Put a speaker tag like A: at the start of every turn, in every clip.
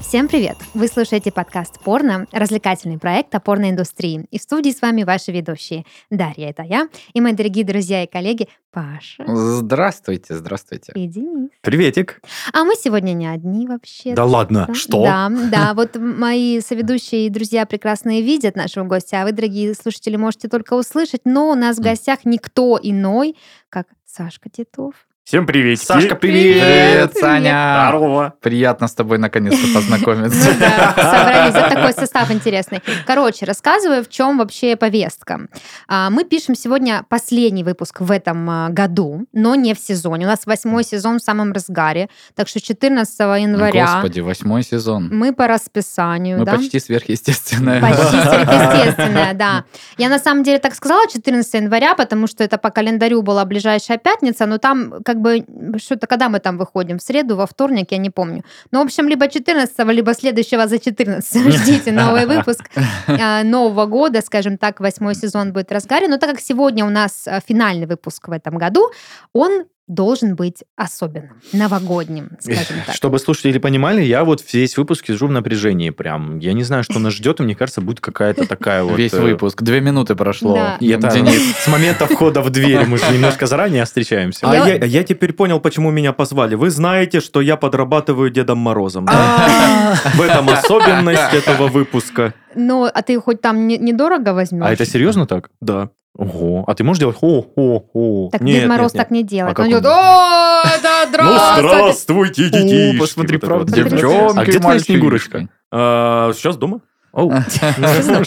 A: Всем привет! Вы слушаете подкаст «Порно», развлекательный проект о порноиндустрии. И в студии с вами ваши ведущие. Дарья, это я, и мои дорогие друзья и коллеги Паша
B: Здравствуйте, здравствуйте.
A: и Денис.
C: Приветик.
A: А мы сегодня не одни вообще.
C: Да ладно, что?
A: Да, да, вот мои соведущие и друзья прекрасные видят нашего гостя, а вы, дорогие слушатели, можете только услышать, но у нас в
B: М.
A: гостях никто иной, как Сашка Титов.
C: Всем привет.
B: Сашка,
A: Привет,
B: привет,
A: привет.
B: Саня.
C: Здорово.
B: Приятно с тобой наконец-то
A: Ну
B: познакомиться.
A: да, собрались. Вот такой состав интересный. Короче, рассказываю, в чем вообще повестка. А, Мы пишем сегодня последний выпуск в этом а, году, но не в сезоне. У нас восьмой сезон в самом разгаре, так что 14 января
B: Господи, восьмой сезон.
A: мы по расписанию,
B: Мы
A: да?
B: почти сверхъестественное.
A: Почти сверхъестественное, да. Я на самом деле так сказала 14 января, потому что это по календарю была ближайшая пятница, но там как бы что-то, когда мы там выходим, в среду, во вторник, я не помню. Ну, в общем, либо 14 либо следующего за 14 ждите новый выпуск э, Нового года, скажем так, восьмой сезон будет в разгаре. Но так как сегодня у нас э, финальный выпуск в этом году, он должен быть особенным, новогодним, скажем так.
C: Чтобы слушатели понимали, я вот весь выпуск сижу в напряжении прям. Я не знаю, что нас ждет, и мне кажется, будет какая-то такая вот...
B: Весь
C: э,
B: выпуск. Две минуты прошло.
A: Да.
C: и это
B: Денис,
C: с момента входа в дверь мы же немножко заранее встречаемся.
D: А
A: Я-
D: я... а я теперь понял, почему меня позвали. Вы знаете, что я подрабатываю Дедом Морозом. В этом особенность этого выпуска.
A: Ну, а ты хоть там не- недорого возьмешь?
C: А это серьезно так?
D: Да.
C: Ого. А ты можешь делать хо-хо-хо?
A: Так
D: Нет,
A: Дед Мороз
D: нет, нет.
A: так не делает.
C: А как
A: он
C: он
A: делает, о, это здравствуйте!»
D: Ну, здравствуйте,
C: О, посмотри,
D: Вот это вот.
C: правда,
A: Смотри.
B: девчонки,
C: А где твоя А.
B: мальчишки.
C: Снегурочка?
D: А, Сейчас дома?
C: Оу.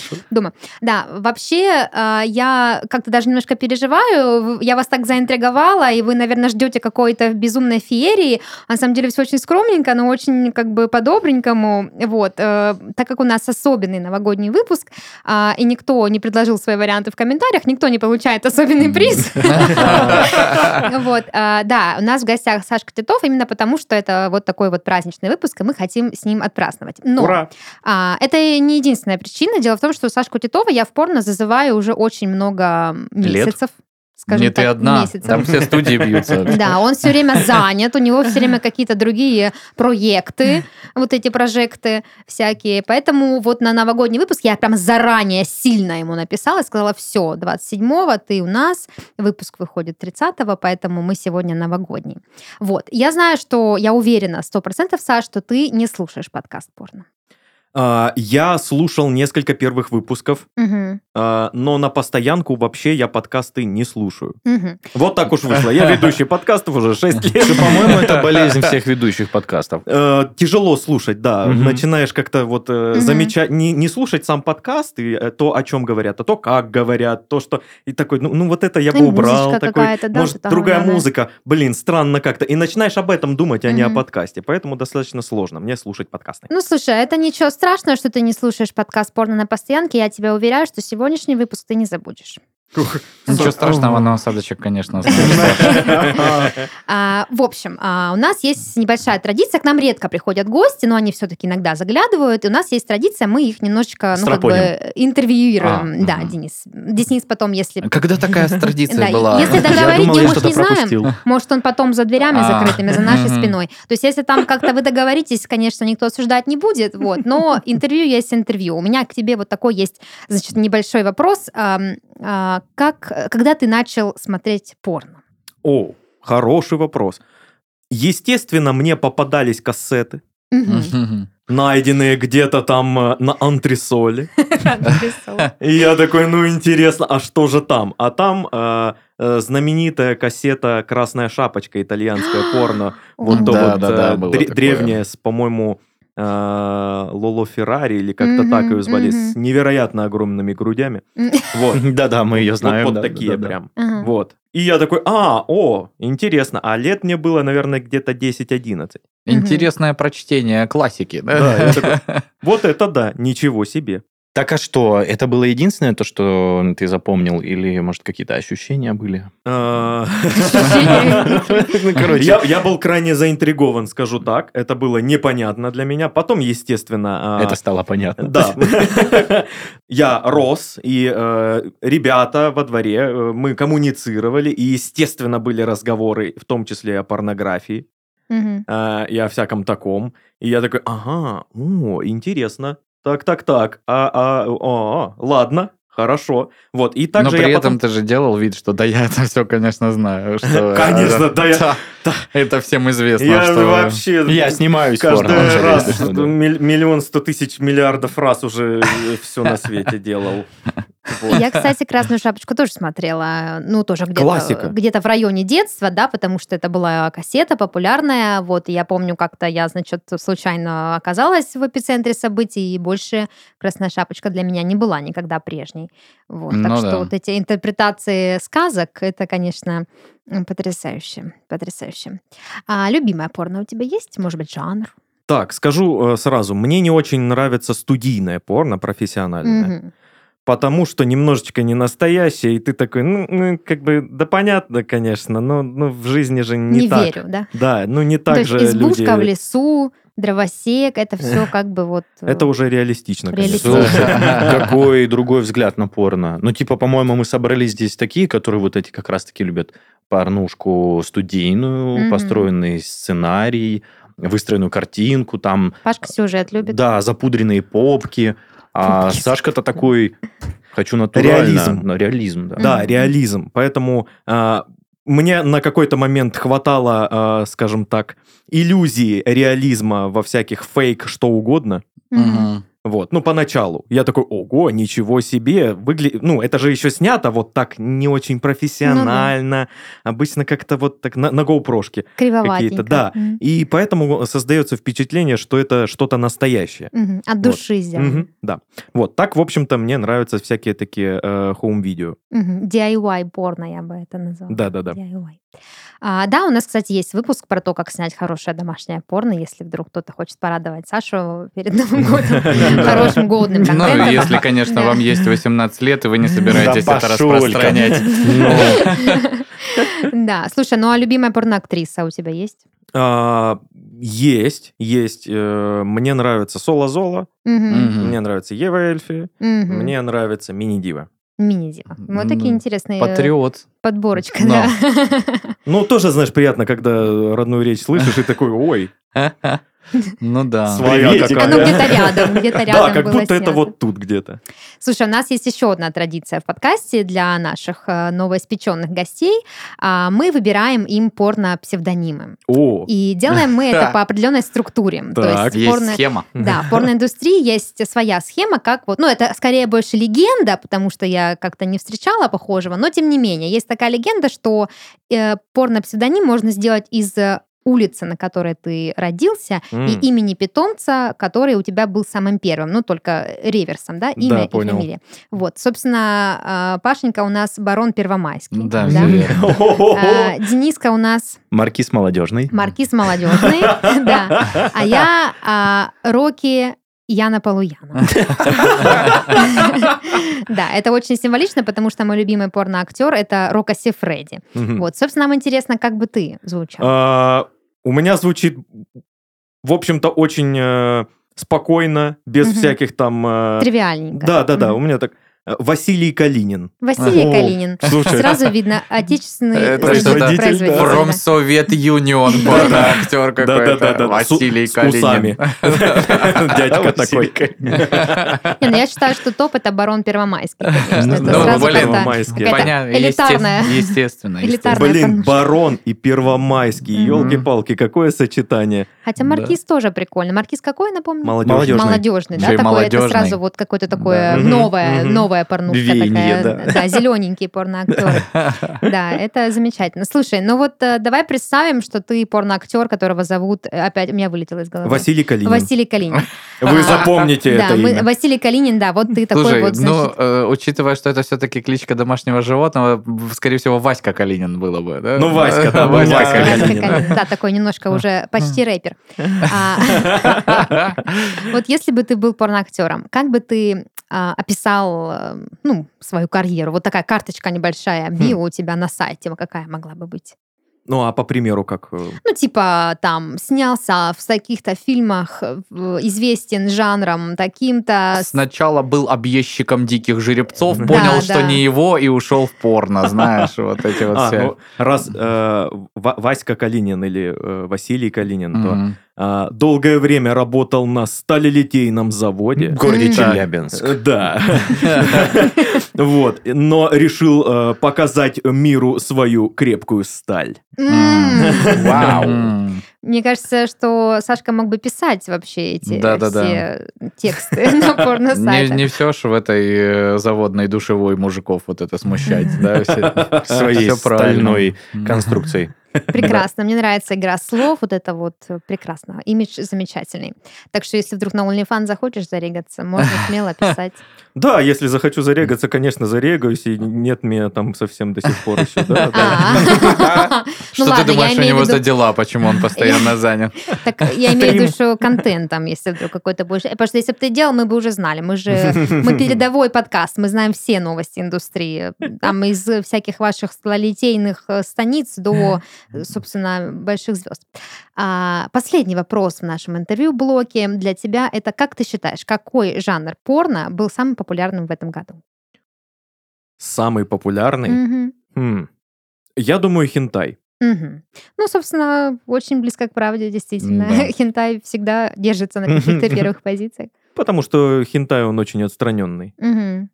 A: Да, вообще, э, я как-то даже немножко переживаю. В- Я вас так заинтриговала, и вы, наверное, ждете какой-то безумной феерии. А На самом деле все очень скромненько, но очень как бы по-добренькому. Вот. э, Так как у нас особенный новогодний выпуск, а, и никто не предложил свои варианты в комментариях, никто не получает особенный приз. Вот, а, да, у нас в гостях Сашка Титов именно потому, что это вот такой вот праздничный выпуск, и мы хотим с ним отпраздновать. Но
D: Ура!
A: а, это не единственная причина. Дело в том, что Сашку Титова я в порно зазываю уже очень много
C: Лет?
A: месяцев. Скажем
B: Не
A: так,
B: ты одна.
A: месяцев.
B: Там все студии бьются.
A: Да, он все время занят, у него все время какие-то другие проекты, вот эти прожекты всякие. Поэтому вот на новогодний выпуск я прям заранее сильно ему написала и сказала, все, 27-го ты у нас, выпуск выходит 30-го, поэтому мы сегодня новогодний. Вот, я знаю, что, я уверена 100%, Саш, что ты не слушаешь подкаст порно.
D: А, Я слушал несколько первых выпусков,
A: Мгм,
D: а, но на постоянку вообще я подкасты не слушаю.
A: мгм.
D: Вот так уж вышло. Я ведущий подкастов уже 6 лет.
C: По-моему, это болезнь всех ведущих подкастов.
D: Э, Тяжело слушать, да.
C: Мгм.
D: Начинаешь как-то вот
A: Мгм.
D: замечать, не, не слушать сам подкаст, и э, то, о чем говорят, а то, как говорят, то, что... И такой, ну, ну вот это я
A: Ну,
D: бы
A: и
D: убрал.
A: музычка
D: Такой,
A: какая-то, да,
D: может,
A: что-то
D: другая
A: она, да.
D: музыка. Блин, странно как-то. И начинаешь об этом думать, а не о
A: Мгм.
D: подкасте. Поэтому достаточно сложно мне слушать подкасты.
A: Ну, слушай, это ничего страшного, что ты не слушаешь подкаст порно на постоянке. Я тебя уверяю, что сегодняшний выпуск ты не забудешь.
B: Ничего страшного, но осадочек, конечно, остался.
A: А, в общем, а, у нас есть небольшая традиция. К нам редко приходят гости, но они все-таки иногда заглядывают. И у нас есть традиция, мы их немножечко, ну, как бы,
C: Стропоним.
A: интервьюируем.
B: А,
A: да,
B: мгм.
A: Денис. Денис потом,
D: А
A: если...
B: Когда такая
A: Да,
B: традиция
A: и-
B: была?
A: если
C: Я
A: договорить,
C: думал,
A: мы
C: я
A: ж не
C: что-то
A: знаем.
C: пропустил.
A: Может, он потом за дверями
B: А,
A: закрытыми, за нашей
B: мгм.
A: спиной. То есть, если там как-то вы договоритесь, конечно, никто осуждать не будет, вот. Но интервью есть интервью. У меня к тебе вот такой есть, значит, небольшой вопрос. Ам, а, Как, когда ты начал смотреть порно?
D: О, хороший вопрос. Естественно, мне попадались кассеты,
A: Мгм.
B: Мгм.
D: найденные где-то там э, на антресоле.
A: Нарисовала.
D: И я такой, ну интересно, а что же там? А там э, э, знаменитая кассета «Красная шапочка», итальянское порно. Вот то
B: Да,
D: вот
B: да, да,
D: э,
B: было
D: дре-
B: такое.
D: древнее, с, по-моему, э, Лоло Феррари, или как-то
A: Мгм,
D: так ее звали, с
A: мгм.
D: невероятно огромными грудями.
A: М.
D: Вот.
C: Да-да, мы ее знаем.
D: Вот
C: да,
D: вот такие
C: да, да.
D: прям.
A: Ага.
D: Вот. И я такой, а, о, интересно. А лет мне было, наверное, где-то 10-11.
B: Интересное прочтение классики.
D: Да, я такой, Вот это да, ничего себе.
C: Так а что, это было единственное то, что ты запомнил? Или, может, какие-то ощущения были?
D: Э,
C: Ну, короче.
D: Я, я был крайне заинтригован, скажу так. Это было непонятно для меня. Потом, естественно... а,
C: Это стало понятно.
D: Да. Я рос, и э, ребята во дворе, э, мы коммуницировали, и, естественно, были разговоры, в том числе и о порнографии.
A: Мгм.
D: э, и о всяком таком. И я такой, ага, о, интересно. Так, так, так. А, а, о, а, ладно, хорошо. Вот, и
B: Но
D: также
B: при
D: я
B: этом
D: потом...
B: ты же делал вид, что да, я это все, конечно, знаю. что- э,
D: Конечно, да, я- да.
B: Это всем известно.
D: Я
B: что-
D: вообще...
C: Я снимаюсь. порно,
D: Каждый
C: интересно,
D: раз
C: да.
D: миль- миллион сто тысяч миллиардов раз уже все на свете делал. Вот.
A: Я, кстати, «Красную шапочку» тоже смотрела. Ну, тоже
D: Классика.
A: где-то где в районе детства, да, потому что это была кассета популярная. Вот, и я помню, как-то я, значит, случайно оказалась в эпицентре событий, и больше «Красная шапочка» для меня не была никогда прежней. Вот, так
B: Ну
A: что
B: да.
A: вот эти интерпретации сказок, это, конечно, м, потрясающе, потрясающе. А любимое порно у тебя есть? Может быть, жанр?
D: Так, скажу э, сразу, мне не очень нравится студийное порно, профессиональное.
A: Мгм.
D: потому что немножечко не настоящее, и ты такой, ну, ну, как бы, да понятно, конечно, но ну, в жизни же не,
A: Не
D: так.
A: верю, да?
D: Да, ну не
A: То
D: так
A: есть
D: же
A: избушка в
D: люди...
A: лесу, дровосек, это все как бы вот... э,
D: Это уже реалистично, конечно.
A: Реалистично.
C: Слушай, какой другой взгляд на порно. Ну, типа, по-моему, мы собрались здесь такие, которые вот эти как раз-таки любят порнушку студийную,
A: Мгм.
C: построенный сценарий, выстроенную картинку, там,
A: Пашка сюжет любит.
C: да, запудренные попки. А
A: Попки.
C: Сашка-то такой, хочу натурально.
D: Реализм.
C: Ну, Реализм, да.
D: Да,
A: Мгм.
D: реализм. Поэтому а, мне на какой-то момент хватало, а, скажем так, иллюзии реализма во всяких фейк, что угодно.
A: Мгм.
B: Мгм.
D: Вот, ну, поначалу. Я такой, ого, ничего себе. Выгля... Ну, это же еще снято вот так не очень профессионально.
A: Ну
D: Обычно как-то вот так на, на GoPro-шке.
A: Кривоватенько.
D: да.
A: Мгм.
D: И поэтому создается впечатление, что это что-то настоящее.
A: Мгм. От души сделано.
D: Мгм, да. Вот так, в общем-то, мне нравятся всякие такие э, хоум-видео.
A: Мгм. DIY порно я бы это назвала.
D: Да-да-да.
A: DIY. А, да, у нас, кстати, есть выпуск про то, как снять хорошее домашнее порно, если вдруг кто-то хочет порадовать Сашу перед Новым годом хорошим годным
B: Ну,
A: контентом.
B: если, конечно,
A: Да.
B: вам есть 18 лет, и вы не собираетесь
C: Да
B: это
C: пошёль-ка.
B: распространять.
D: Ну,
A: Да, слушай, ну а любимая порноактриса у тебя есть?
D: А, есть, есть. э, мне нравится Соло Зола,
A: Мгм.
B: Мгм.
D: мне нравится Ева Эльфи,
A: Мгм.
D: мне нравится Мини Дива.
A: Мини-дива. Вот такие
B: Ну,
D: э,
A: интересные
B: Патриот.
A: подборочка.
B: Но.
A: да.
D: Ну, тоже, знаешь, приятно, когда родную речь слышишь и такой, ой,
B: Ну да.
D: Своя
C: Приветик.
D: какая.
A: Оно А ну, где-то рядом, где-то рядом
D: Да, как
A: было
D: будто это
A: снято.
D: вот тут где-то.
A: Слушай, у нас есть еще одна традиция в подкасте для наших э, новоиспеченных гостей. А, Мы выбираем им порно-псевдонимы.
D: О,
A: И делаем мы это по определенной структуре.
D: Так,
A: То есть
B: Есть
A: порно...
B: схема.
A: Да, в порноиндустрии есть своя схема, как вот, ну, это скорее больше легенда, потому что я как-то не встречала похожего, но тем не менее, есть такая легенда, что э, порно-псевдоним можно сделать из э, улицы, на которой ты родился,
D: М.
A: и имени питомца, который у тебя был самым первым, ну, только реверсом, да, имя
D: Да,
A: и
D: понял.
A: фамилия. Вот, собственно, э, Пашенька у нас барон Первомайский.
B: Да, всё верно.
A: А, Дениска у нас
C: Маркиз молодежный.
A: маркиз молодежный, да. А я а, Рокки Яна Полуяна. Да, это очень символично, потому что мой любимый порноактер это Рока Сифреди.
D: Мгм.
A: Вот, собственно, нам интересно, как бы ты звучал.
D: А, У меня звучит, в общем-то, очень э, спокойно, без
A: Мгм.
D: всяких там... э,
A: Тривиальненько.
D: Да, да, да, у
A: Мгм.
D: меня так... э, Василий Калинин.
A: Василий
D: О,
A: Калинин.
D: Слушай,
A: А Сразу видно, отечественный
B: Это что-то
A: значит,
D: производитель,
A: производитель.
D: да.
B: From Soviet Union, порноактер какой-то.
D: Да-да-да-да.
B: Василий
D: С- с
B: Калинин.
D: усами. дядька такой.
A: Не, ну я считаю, что топ это барон Первомайский, конечно. Это
B: Ну,
A: сразу
B: блин,
A: как-то
D: Первомайский.
A: какая-то
B: Понятно,
A: элитарная.
B: есте- естественно.
A: Элитарная.
D: Блин,
A: порнушка.
D: барон и первомайский,
A: Мгм.
D: елки-палки, какое сочетание.
A: Хотя
B: Да.
A: маркиз тоже прикольно. Маркиз какой, напомню?
D: Молодежный.
A: Молодежный, да?
B: Джей
A: Такое, это
B: молодежный.
A: сразу вот какое-то такое
D: Да. Мгм,
A: новое,
D: мгм.
A: новая порнушка
C: Веяние,
A: такая. Да, зелененький порноактер.
B: естественно.
A: Да, это замечательно. Слушай, ну вот э, давай представим, что ты порноактер, которого зовут... э, Опять у меня вылетело из головы.
D: Василий Калинин.
A: Василий Калинин.
D: Вы
A: А,
D: запомните
A: Да,
D: это
A: мы-
D: имя.
A: Василий Калинин, да, вот ты такой
B: Слушай,
A: вот,
B: ну,
A: значит...
B: э, учитывая, что это все-таки кличка домашнего животного, в- скорее всего, Васька Калинин было бы, да?
D: Ну, Васька, да,
B: Васька
D: Васька
A: Васька
B: Калинин.
D: Калинин.
A: Калинин. Да, такой немножко уже почти рэпер. А, Вот если бы ты был порноактером, как бы ты а, описал э,
B: Хм.
A: ну, свою карьеру? Вот такая карточка небольшая, био у тебя на сайте, какая могла бы быть?
D: Ну, а по примеру, как... э,
A: Ну, типа, там, снялся в таких-то фильмах, э, известен жанром таким-то.
B: Сначала был объездчиком диких жеребцов,
D: Да,
B: понял, что
A: А да.
B: не его, и ушел в порно, знаешь, вот эти вот
D: а,
B: все.
D: ну, раз э, Ва- Васька Калинин или э, Василий Калинин, то
B: Мгм.
D: а, долгое время работал на сталелитейном заводе.
C: В городе
A: М.
C: Челябинск.
D: Э, Да. Вот. Но решил э, показать миру свою крепкую сталь.
A: М.
C: Вау.
B: М.
A: Мне кажется, что Сашка мог бы писать вообще эти
B: Да-да-да.
A: все тексты на
B: Не,
A: порно-сайтах.
B: не все ж в этой э, заводной душевой мужиков вот это смущать, да? все-
C: Своей
B: всё правильно.
C: стальной конструкцией.
A: Прекрасно. Мне нравится игра слов. Вот это вот э, прекрасно. Имидж замечательный. Так что, если вдруг на OnlyFans захочешь зарегаться, можно смело писать.
D: Да, если захочу зарегаться, конечно, зарегаюсь, и нет меня там совсем до сих пор еще. да, да.
A: А. Ну
B: Что ты
A: ладно, я
B: думаешь у
A: имею
B: него
A: в
B: за
A: виду...
B: дела, почему он постоянно занят?
A: Так, я имею в виду,
D: Стрим.
A: что контент там, если вдруг какой-то будешь... Э, Потому что если бы ты делал, мы бы уже знали. Мы же... Мы передовой подкаст, мы знаем все новости индустрии. Там из всяких ваших лолитейных э, станиц до, э, собственно, больших звезд. А, последний вопрос в нашем интервью-блоке для тебя. Это как ты считаешь, какой жанр порно был самым популярным в этом году?
D: Самый популярный.
A: Мгм.
D: Хм. Я думаю, хентай.
A: Мгм. Ну, собственно, очень близко к правде, действительно.
B: Да.
A: Хентай всегда держится на каких-то первых позициях.
D: Потому что хентай, он очень отстраненный.
A: Мгм.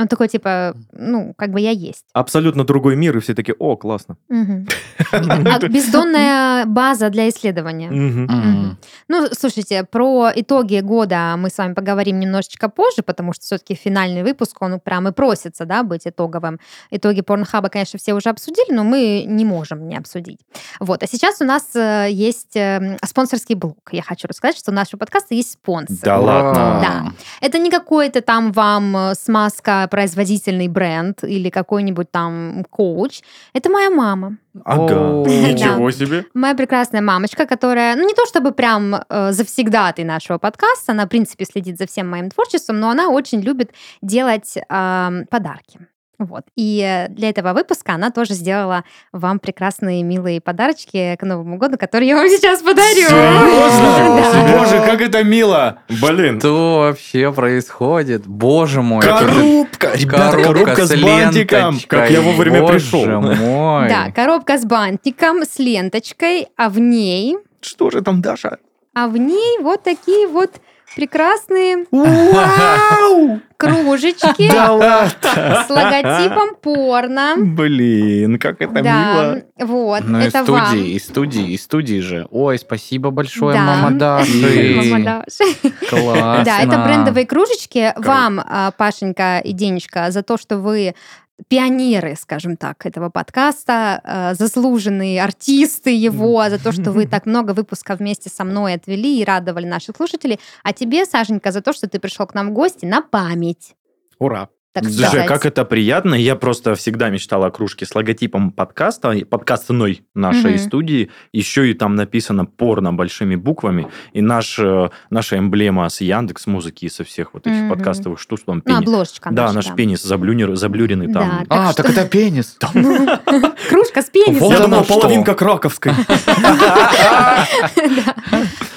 A: Он такой, типа, ну, как бы я есть.
D: Абсолютно другой мир, и все такие, о, классно.
A: Мгм. А Бездонная база для исследования.
D: Мгм.
A: Мгм. Ну, слушайте, про итоги года мы с вами поговорим немножечко позже, потому что все-таки финальный выпуск, он прям и просится, да, быть итоговым. Итоги Порнхаба, конечно, все уже обсудили, но мы не можем не обсудить. Вот, а сейчас у нас э, есть э, спонсорский блок. Я хочу рассказать, что у нашего подкаста есть спонсор.
C: Да ладно.
A: Да. Это не какой-то там вам э, смазка, производительный бренд или какой-нибудь там коуч. Это моя мама.
C: Ага.
B: О.
C: Ничего себе.
A: Моя прекрасная мамочка, которая, ну, не то чтобы прям э, завсегдатой нашего подкаста, она, в принципе, следит за всем моим творчеством, но она очень любит делать эм, подарки. Вот. И э, для этого выпуска она тоже сделала вам прекрасные, милые подарочки к Новому году, которые я вам сейчас подарю.
C: Серьезно?
A: Да.
C: Боже, как это мило!
D: Блин.
B: Что вообще происходит? Боже мой. это же
C: Коробка! Ребята, коробка с бантиком!
B: ленточкой.
D: Как я вовремя
B: Боже
D: пришел.
B: мой.
A: Да, коробка с бантиком, с ленточкой, а в ней,
C: Что же там, Даша?
A: а в ней вот такие вот прекрасные
C: Вау!
A: кружечки
C: Да ладно!
A: с логотипом порно.
C: Блин, как это
A: Да,
C: мило!
A: вот,
B: Ну и
A: это
B: студии,
A: вам.
B: и студии, и студии же. Ой, спасибо большое,
A: Да.
B: мама Даши.
A: Мама, да.
B: Классно.
A: Да, это брендовые кружечки. Вам, а, Пашенька и Денечка, за то, что вы пионеры, скажем так, этого подкаста, а, заслуженные артисты его, за то, что вы так много выпусков вместе со мной отвели и радовали наших слушателей. А тебе, Сашенька, за то, что ты пришел к нам в гости на память,
D: Ура.
A: так
C: Слушай,
A: сказать.
C: как это приятно. Я просто всегда мечтала о кружке с логотипом подкаста, подкастной нашей
A: Мгм.
C: студии. Еще и там написано порно большими буквами. И наш, э, наша эмблема с Яндекс музыки и со всех вот этих
A: Мгм.
C: подкастовых штук. Там
A: Ну,
C: пени-
A: обложечка
C: Да,
A: наша,
C: наш пенис заблюнер- заблюренный там.
A: Да,
B: А,
A: так
B: так это пенис.
A: Кружка с пенисом.
B: Вот
D: я
B: оно
D: думал,
B: ну что.
D: половинка краковской.
A: Да.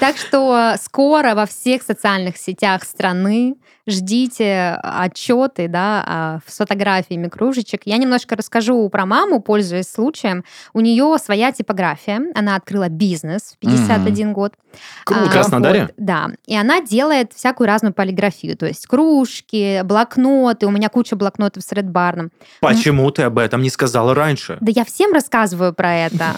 A: Так что скоро во всех социальных сетях страны ждите отчеты, да, а, с фотографиями кружечек. Я немножко расскажу про маму, пользуясь случаем. У нее своя типография. Она открыла бизнес в 51 год.
C: Круто.
A: А,
C: В Краснодаре?
A: вот, да. И она делает всякую разную полиграфию. То есть кружки, блокноты. У меня куча блокнотов с Red Barn.
C: Почему ты об этом не сказала раньше?
A: Да я всем рассказываю про это.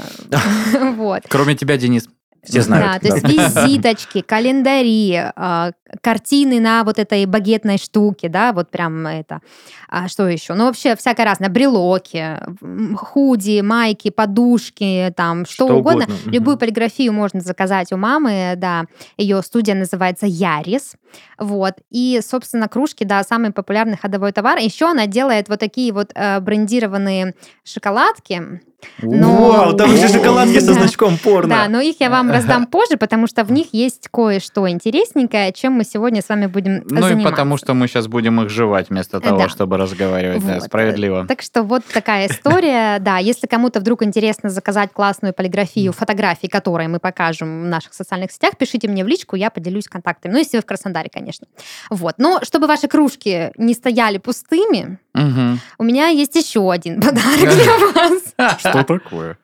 A: Вот.
B: Кроме тебя, Денис.
C: Все знают.
A: Да, то есть визиточки, календари, а, картины на вот этой багетной штуке, да, вот прям это. А что еще? Ну, вообще всякое разное. Брелоки, м, худи, майки, подушки, там, что, угодно.
C: Мгм.
A: Любую полиграфию можно заказать у мамы, да. Ее студия называется Ярис. Вот. И, собственно, кружки, да, самый популярный ходовой товар. Еще она делает вот такие вот э, брендированные шоколадки. Но-
D: Вау, там еще
A: О.
D: шоколадки со
A: Да.
D: значком
A: Да,
D: порно.
A: но их я вам раздам позже, потому что в них есть кое-что интересненькое, чем мы сегодня с вами будем
B: Ну и
A: заниматься.
B: потому, что мы сейчас будем их жевать вместо того,
A: Да.
B: чтобы разговаривать. Да,
A: Вот.
B: справедливо.
A: Так что вот такая история. Да, если кому-то вдруг интересно заказать классную полиграфию, фотографии, которые мы покажем в наших социальных сетях, пишите мне в личку, я поделюсь контактами. Ну, если вы в Краснодаре, конечно. Вот. Но чтобы ваши кружки не стояли пустыми,
B: Мгм.
A: у меня есть еще один подарок для вас.
D: Что такое?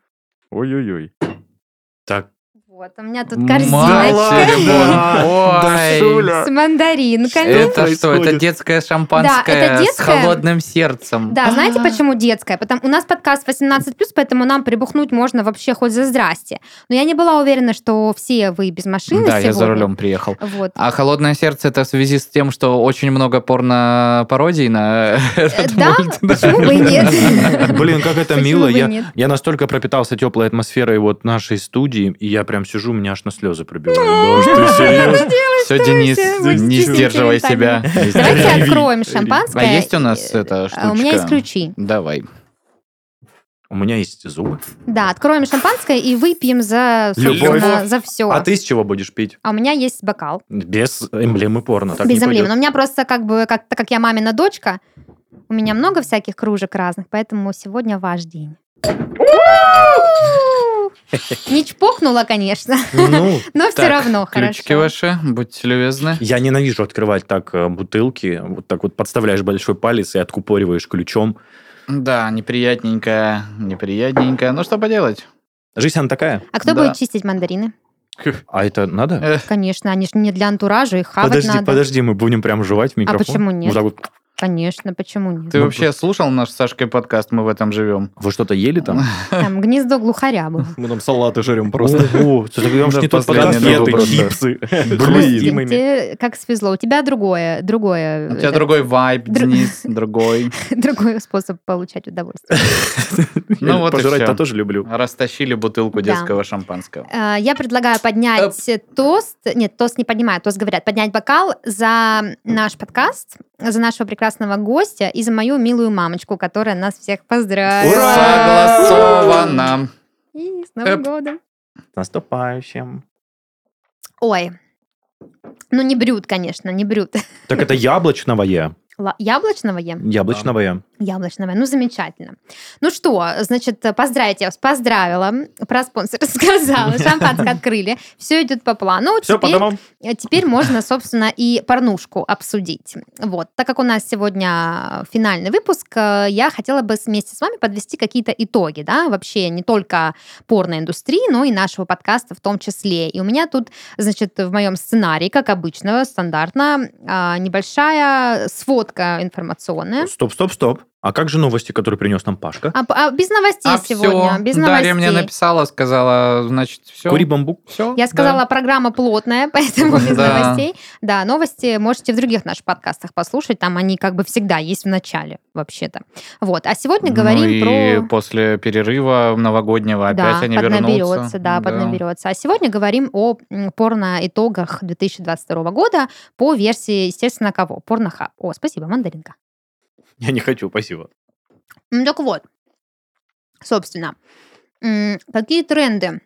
D: Ой-ой-ой.
C: Так,
A: Вот, у меня тут
B: Мать
A: корзиночка
B: тебе,
D: Да.
B: Бон.
D: Да,
B: Ой.
D: Шуля.
A: с мандаринками.
B: Это что? Это
D: происходит?
B: детское шампанское
A: Да, это детское.
B: с холодным сердцем.
A: Да, знаете,
D: А.
A: почему детская? Потому у нас подкаст 18+, поэтому нам прибухнуть можно вообще хоть за здрасте. Но я не была уверена, что все вы без машины
B: Да, я за
A: сегодня.
B: рулем приехал.
A: Вот.
B: А холодное сердце это в связи с тем, что очень много порно-пародий на этот
A: Э, да?
B: мульт.
A: Почему бы и нет?
C: Блин, как это
A: Почему
C: мило.
A: бы и
C: Я,
A: нет?
C: я настолько пропитался теплой атмосферой вот нашей студии, и я прям сижу, меня аж на слезы пробивают. Да уж ты серьезно?
B: Все, Денис,
A: Будете
B: не
A: стеснительными
B: сдерживай
A: так.
B: себя.
A: Давайте
B: Не сдерживай.
A: откроем шампанское.
B: А есть у нас эта
A: А, У меня есть
B: штучка?
A: ключи.
B: Давай.
C: У меня есть зубы.
A: Да, откроем шампанское и выпьем за, собственно,
C: Любовь.
A: за все.
C: А ты с чего будешь пить?
A: А у меня есть бокал.
C: Без эмблемы порно. Так
A: без
C: не
A: эмблемы.
C: пойдет.
A: Но у меня просто как бы, как, так как я мамина дочка, у меня много всяких кружек разных, поэтому сегодня ваш день. Не чпокнула, конечно,
C: Ну,
A: но все
B: Так,
A: равно
B: Ключики
A: хорошо.
B: ваши, будьте любезны.
C: я ненавижу открывать так э, бутылки. Вот так вот подставляешь большой палец и откупориваешь ключом.
B: Да, неприятненько, неприятненько. Ну что поделать?
C: Жизнь она такая.
A: А кто
B: Да.
A: будет чистить мандарины?
C: А это надо?
B: Э,
A: Конечно, они же не для антуража, их хавать
C: Подожди,
A: надо. А
C: подожди, мы будем прям жевать в микрофон.
A: почему нет?
C: Вот так вот.
A: Конечно, почему нет?
B: Ты
C: Ну,
B: вообще слушал наш с Сашкой подкаст «Мы в этом живем»?
C: Вы что-то ели там?
A: Там гнездо глухаря было.
D: Мы там салаты жарим просто.
C: Ого, что-то я уж
D: Да,
C: не тот
D: последний
C: подкаст
B: дорогу
C: еду.
B: просто.
D: Конфеты, чипсы.
A: Тебе-
D: Блин.
A: тебе как свезло. У тебя другое, другое,
B: У тебя
A: это,
B: другой вайб,
A: Э, Дру-
B: Денис, другой.
A: другой способ получать удовольствие.
B: Ну вот и
C: Пожрать-то
B: всё.
C: тоже люблю.
B: Растащили бутылку
A: Да.
B: детского шампанского.
A: А, Я предлагаю поднять тост. Нет, тост не поднимаю, тост говорят. Поднять бокал за наш подкаст, за нашего прекрасного гостя и за мою милую мамочку, которая нас всех поздравила.
C: Ура!
B: Согласовано.
A: И с Новым
B: Эп.
A: годом.
C: С наступающим.
A: Ой. Ну, не брют, конечно, не брют.
C: Так это яблочновое.
A: Ла- Яблочного ем?
C: Яблочновое.
A: Яблочного. Ну, замечательно. Ну что, значит, поздравить я вас поздравила, про спонсора сказала, шампанское открыли, все идет по плану.
D: Все, по
A: Теперь
D: домам.
A: Э, Теперь можно, собственно, и порнушку обсудить. Вот, так как у нас сегодня финальный выпуск, э, я хотела бы вместе с вами подвести какие-то итоги, да, вообще не только порной индустрии, но и нашего подкаста в том числе. И у меня тут, значит, в моем сценарии, как обычно, стандартно, а, небольшая сводка информационная.
C: Стоп, стоп, стоп. А как же новости, которые принес нам Пашка?
A: А, п- а без новостей
B: А
A: сегодня,
B: все.
A: без
B: Дарья
A: новостей.
B: мне написала, сказала, значит, все.
C: Кури бамбук.
B: Все.
A: Я сказала, программа плотная, поэтому без
B: Да.
A: новостей. Да, новости можете в других наших подкастах послушать, там они как бы всегда есть в начале, вообще-то. Вот, а сегодня говорим
B: Ну и
A: про...
B: после перерыва новогоднего опять
A: да,
B: они вернутся.
A: поднаберется, да, поднаберется. А сегодня говорим о м, порно-итогах 2022 года по версии, естественно, кого? Порноха. О, спасибо, мандаринка.
C: Я не хочу, спасибо.
A: Ну так вот, собственно, м, какие тренды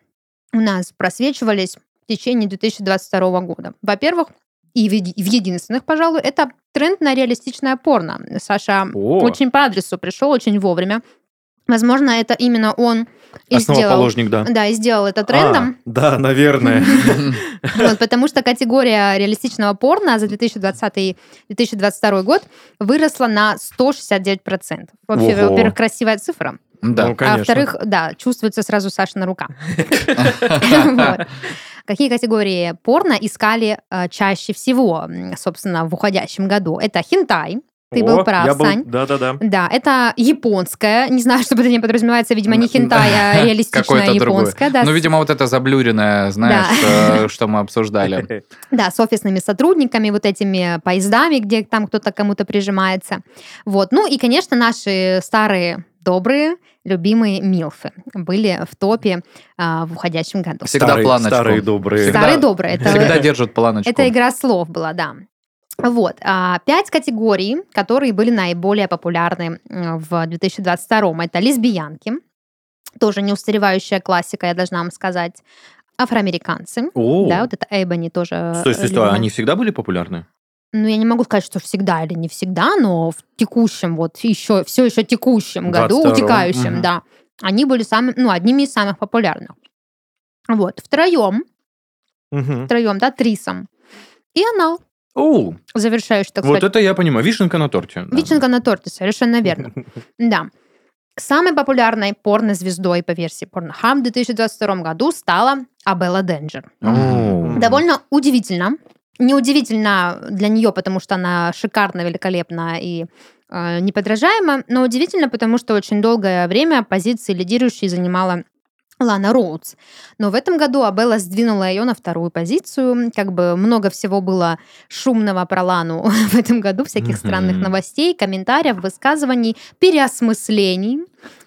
A: у нас просвечивались в течение 2022 года? Во-первых, и в еди- в единственных, пожалуй, это тренд на реалистичное порно. Саша
D: О.
A: очень по адресу пришел, очень вовремя. Возможно, это именно он и сделал.
C: Основоположник, да.
A: Да, и сделал это трендом.
D: А, Да, наверное.
C: А.
A: Вот, потому что категория реалистичного порно за 2020-2022 год выросла на 169%. Вообще,
C: Ого.
A: во-первых, красивая цифра.
B: Да.
D: Ну, конечно.
A: А во-вторых, да, чувствуется сразу Саша на руках. Вот. Какие категории порно искали э, чаще всего, м, собственно, в уходящем году? Это хентай, ты был
D: О,
A: прав,
D: я был-
A: Сань.
D: Да-да-да.
A: да, это японская, не знаю, что под этим подразумевается, видимо, не хентай, а реалистичная
B: Какое-то другое.
A: японская, да,
B: Ну,
A: с-
B: видимо, вот это заблюренное, знаешь, э, что мы обсуждали.
A: да, с офисными сотрудниками, вот этими поездами, где там кто-то к кому-то прижимается, вот, ну и, конечно, наши старые добрые, любимые милфы были в топе а, в уходящем году.
B: Всегда
C: Старые-
B: планочку.
C: Старые добрые.
B: Всегда.
A: Старые добрые. Это,
B: Всегда держат планочку.
A: это игра слов была, да. Вот, а, пять категорий, которые были наиболее популярны м, в 2022 Это лесбиянки, Тоже неустаревающая классика, я должна вам сказать. Афроамериканцы.
C: О,
A: Да, вот э, это Эйбони тоже.
C: стой, стой, стой, а
A: любимая.
C: они всегда были популярны?
A: Ну, я не могу сказать, что всегда или не всегда, но в текущем, вот еще, все еще текущем году,
D: 22-м,
A: утекающем,
D: мгм.
A: да, они были самыми, ну, одними из самых популярных. Вот, втроем,
D: Мгм.
A: втроем, да, трисом. И анал,
C: О,
A: завершающий, так
C: вот
A: сказать.
C: это я понимаю. Вишенка на торте. да.
A: Вишенка на торте, совершенно верно. Да. Самой популярной порнозвездой по версии Pornhub в 2022 году стала Абелла Денджер.
C: О.
A: Довольно удивительно. Неудивительно для нее, потому что она шикарно, великолепна и э, неподражаема, но удивительно, потому что очень долгое время позиции лидирующей занимала Лана Роудс. Но в этом году Абелла сдвинула ее на вторую позицию. Как бы много всего было шумного про Лану в этом году, всяких
C: Мгм.
A: странных новостей, комментариев, высказываний, переосмыслений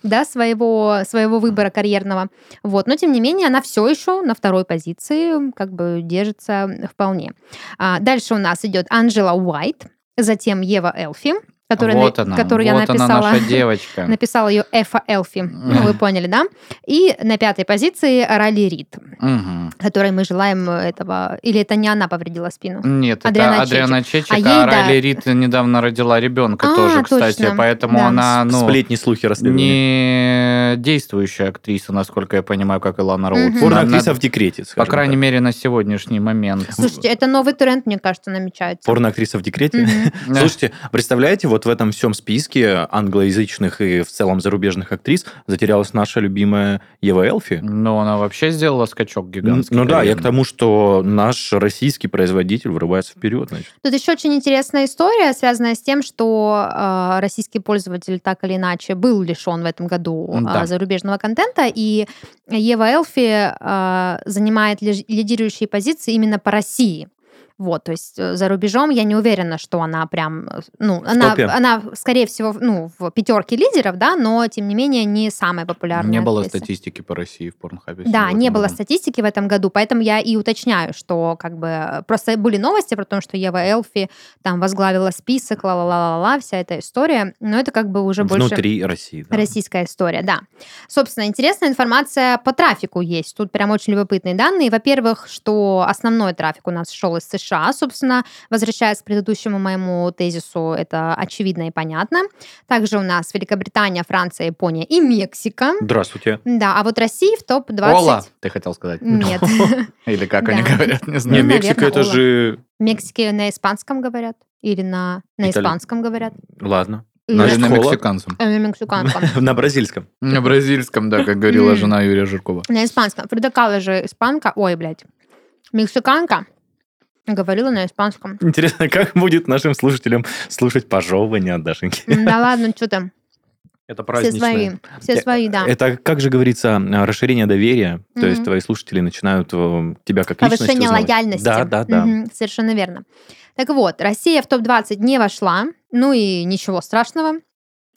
A: да, своего, своего выбора карьерного. Вот. Но, тем не менее, она все еще на второй позиции, как бы держится вполне. А, дальше у нас идет Анжела Уайт, затем Ева Элфи, которая, на-
B: вот она,
A: которую я
B: вот
A: написала.
B: она наша девочка.
A: Написала ее Эфа Элфи. Ну, вы поняли, да? И на пятой позиции Ралли Рид,
B: Мгм.
A: которой мы желаем этого... Или это не она повредила спину?
B: Нет,
A: Адриана
B: это Адриана Чечек,
A: А
B: а,
A: ей, да.
B: Райли Рид недавно родила ребенка
A: А,
B: тоже, кстати,
A: точно.
B: поэтому
A: Да.
B: она, ну,
C: Сплетни, слухи,
B: не
C: расследования.
B: действующая актриса, насколько я понимаю, как Илана Роудс.
A: Мгм.
B: Она-
C: Порноактриса в
B: она-
C: декрете,
B: По
C: скажем
B: крайней
C: так.
B: мере, на сегодняшний момент.
A: Слушайте, это новый тренд, мне кажется, намечается.
C: Порноактриса в декрете.
A: Мгм.
B: Да.
C: Слушайте, представляете, вот в этом всем списке англоязычных и в целом зарубежных актрис затерялась наша любимая Ева Элфи.
B: Ну, она вообще сделала скачок
C: Ну
B: гигантский.
C: ну да, я к
B: наверное.
C: тому, что наш российский производитель вырывается вперед, значит.
A: Тут еще очень интересная история, связанная с тем, что э, российский пользователь так или иначе был лишен в этом году э,
B: Да.
A: зарубежного контента, и Ева Элфи э, занимает лиж- лидирующие позиции именно по России. Вот, то есть э, за рубежом я не уверена, что она прям, э, ну, она,
C: топе.
A: она, скорее всего, в- ну, в пятерке лидеров, да, но тем не менее не самая популярная.
B: Не было
A: актриса.
B: статистики по России в Порнхабе.
A: Да,
B: сегодня,
A: не было
B: да.
A: статистики в этом году, поэтому я и уточняю, что как бы просто были новости про то, что Ева Элфи там возглавила список, ла-ла-ла-ла-ла, вся эта история, но это как бы уже больше
C: Внутри России. да.
A: российская история, да. Собственно, интересная информация по трафику есть, тут прям очень любопытные данные. Во-первых, что основной трафик у нас шел из США, собственно, возвращаясь к предыдущему моему тезису, это очевидно и понятно. Также у нас Великобритания, Франция, Япония и Мексика.
C: Здравствуйте.
A: Да, а вот Россия в топ-20.
B: Ола, ты хотел сказать.
A: Нет.
C: Ну.
B: Или как они
A: Да.
B: говорят, не
C: Не,
B: знаю.
A: Ну,
C: Мексика
A: наверное,
C: это
A: Ола.
C: же...
A: В Мексике на испанском говорят? Или на, на
C: Итали-
A: испанском говорят?
C: Ладно.
A: Или
C: Значит,
B: Или на
C: Ола.
B: мексиканцем.
A: э, на мексиканском.
C: На бразильском.
B: На бразильском, да, как говорила
A: М.
B: жена Юрия Жиркова.
A: На испанском. Фридакала же испанка. Ой, блядь. Мексиканка говорила на испанском.
C: Интересно, как будет нашим слушателям слушать пожевывание от Дашеньки?
A: М, Да ладно, что там?
D: Это
A: Все
D: праздничное.
A: свои. Все
C: Э,
A: свои, да.
C: Это, как же говорится, а, расширение доверия. То есть
A: Мгм.
C: твои слушатели начинают э, тебя как личность
A: Повышение
C: узнавать.
A: лояльности.
C: Да, да, да.
A: Мгм, совершенно верно. Так вот, Россия в топ-20 не вошла, ну и ничего страшного.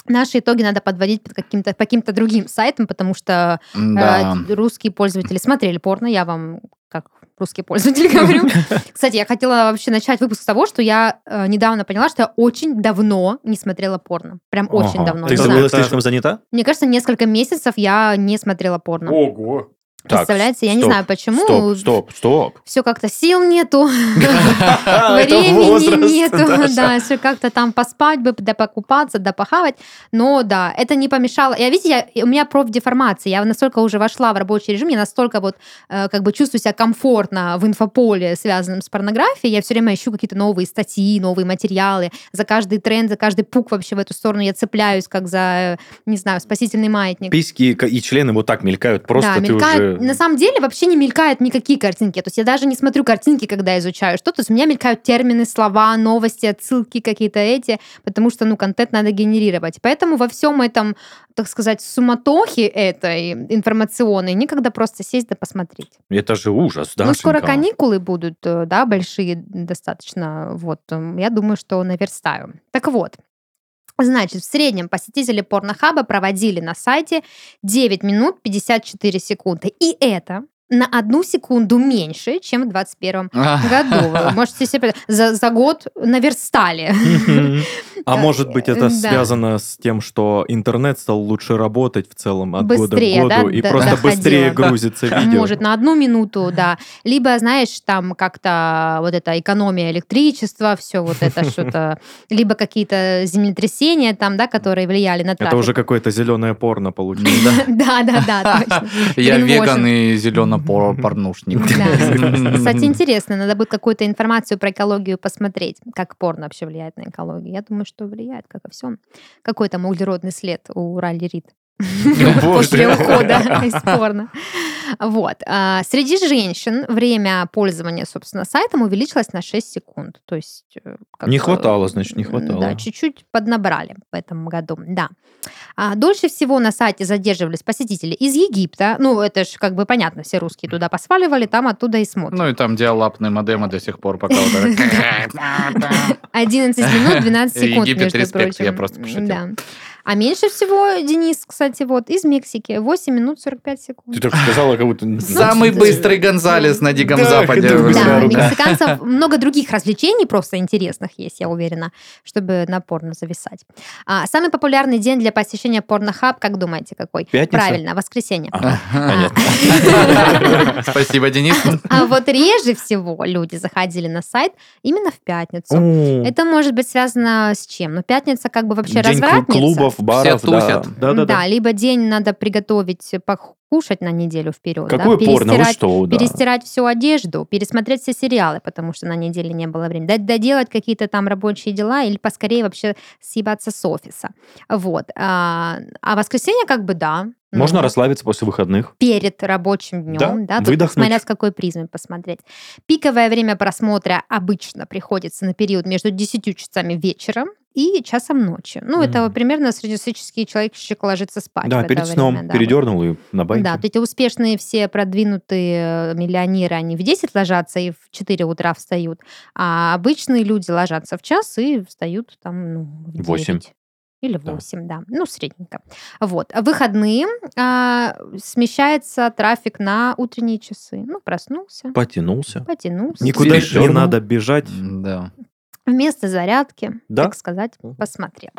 A: Наши итоги надо подводить под каким-то, по каким-то другим сайтам, потому что Э,
B: Да.
A: Русские пользователи смотрели порно, я вам как русский пользователь говорю. Кстати, я хотела вообще начать выпуск с того, что я э, недавно поняла, что я очень давно не смотрела порно. Прям очень
C: Ага.
A: давно.
C: Ты
A: не
D: Это-
A: знаю.
C: была
D: Это-
C: слишком занята?
A: Мне кажется, несколько месяцев я не смотрела порно.
D: Ого.
A: Представляете, я не
C: стоп,
A: знаю почему.
C: Стоп, стоп, стоп. А,
A: Все как-то сил нету,
C: Это возраст,
A: времени нету,
C: Даша.
A: да, все как-то там поспать бы, да покупаться, да похавать. Но да, это не помешало. Я, видите, я, у меня профдеформация. Я настолько уже вошла в рабочий режим, я настолько вот э, как бы чувствую себя комфортно в инфополе, связанном с порнографией. Я все время ищу какие-то новые статьи, новые материалы. За каждый тренд, за каждый пук вообще в эту сторону я цепляюсь, как за, э, не знаю, спасительный маятник.
C: Письки и к- и члены вот так мелькают, просто
A: Да,
C: ты
A: мелькают-
C: уже...
A: На самом деле вообще не мелькают никакие картинки. То есть я даже не смотрю картинки, когда изучаю что-то. То есть у меня мелькают термины, слова, новости, отсылки какие-то эти, потому что, ну, контент надо генерировать. Поэтому во всем этом, так сказать, суматохе этой информационной некогда просто сесть да посмотреть.
C: Это же ужас, да?
A: ну, скоро каникулы будут, э, да, большие достаточно. Вот, эм, я думаю, что наверстаю. Так вот, Значит, в среднем посетители порнохаба проводили на сайте 9 минут 54 секунды. И это на одну секунду меньше, чем в 21 году. Вы можете себе за, за год наверстали.
D: А
A: Да,
D: может быть, это
A: да.
D: связано с тем, что интернет стал лучше работать в целом от года к
A: Быстрее,
D: году,
A: да,
D: и
A: до-
D: просто
A: доходило.
D: быстрее грузится видео.
A: Может, на одну минуту, да. Либо, знаешь, там как-то вот эта экономия электричества, все вот это что-то. Либо какие-то землетрясения там, да, типа. которые влияли на трафик.
D: Это уже какое-то зеленое порно получилось.
A: Да, да, да, точно.
B: Я
A: Greenwashing.
B: веган и зелено-порнушник.
A: Да. Кстати, интересно, надо будет какую-то информацию про экологию посмотреть, как порно вообще влияет на экологию. Я думаю, что влияет, как и все. Какой там углеродный след у Ралли Рид
C: Ну
A: после ухода из порно. Вот. А, Среди женщин время пользования, собственно, сайтом увеличилось на 6 секунд. То есть... э, как
C: Не
A: бы,
C: хватало, значит, не хватало.
A: Да, чуть-чуть поднабрали в этом году, да. А, Дольше всего на сайте задерживались посетители из Египта. Ну, это же как бы понятно, все русские туда посваливали, там оттуда и смотрят.
B: Ну и там диалапные модемы до сих пор пока вот так.
A: 11 минут, 12 секунд,
B: Египет,
A: между
B: респект,
A: прочим.
B: я просто пошутил.
A: Да. А меньше всего Денис, кстати, вот, из Мексики. 8 минут 45 секунд.
C: Ты так сказала, как будто...
B: Самый быстрый Гонзалес на Диком
C: Да,
B: Западе.
C: да,
A: Да,
C: Быстрая рука.
A: мексиканцев много других развлечений просто интересных есть, я уверена, чтобы на порно зависать. А, самый популярный день для посещения порнохаб, как думаете, какой?
C: Пятница?
A: Правильно, воскресенье.
C: А,
B: Спасибо, Денис.
A: А вот реже всего люди заходили на сайт именно в пятницу.
C: М.
A: Это может быть связано с чем? Ну, пятница как бы вообще
C: День клу-
A: развратница.
C: клубов, баров, да.
B: тусят.
D: Да, да, да.
A: либо день надо приготовить, э, покушать на неделю вперед. да,
C: Какое порно, вы
A: перестирать-
C: что? да.
A: перестирать всю одежду, пересмотреть все сериалы, потому что на неделе не было времени, дать доделать какие-то там рабочие дела или поскорее вообще съебаться с офиса. Вот. А, а воскресенье как бы да. ну,
C: Можно расслабиться после выходных.
A: Перед рабочим днем, да,
C: Да,
A: тут
C: выдохнуть.
A: смотря с какой призмой посмотреть. Пиковое время просмотра обычно приходится на период между 10 часами вечера и часом ночи. Ну, это
D: Мгм.
A: примерно среднестатистический человечек ложится спать. в
C: Да,
A: это
C: перед
A: время,
C: сном
A: да, вот.
C: передернул и на байке.
A: Да, вот эти успешные все продвинутые э, миллионеры, они в 10 ложатся и в 4 утра встают, а обычные люди ложатся в час и встают там ну, в 9.
C: Восемь.
A: Или
C: Да.
A: 8, да. Ну, средненько. Вот. А в Выходные а, смещается трафик на утренние часы. Ну, проснулся,
C: Потянулся.
A: потянулся.
D: Никуда не
C: Передернул.
D: надо бежать.
B: Да.
A: Вместо зарядки,
C: Да.
A: так сказать, посмотрел.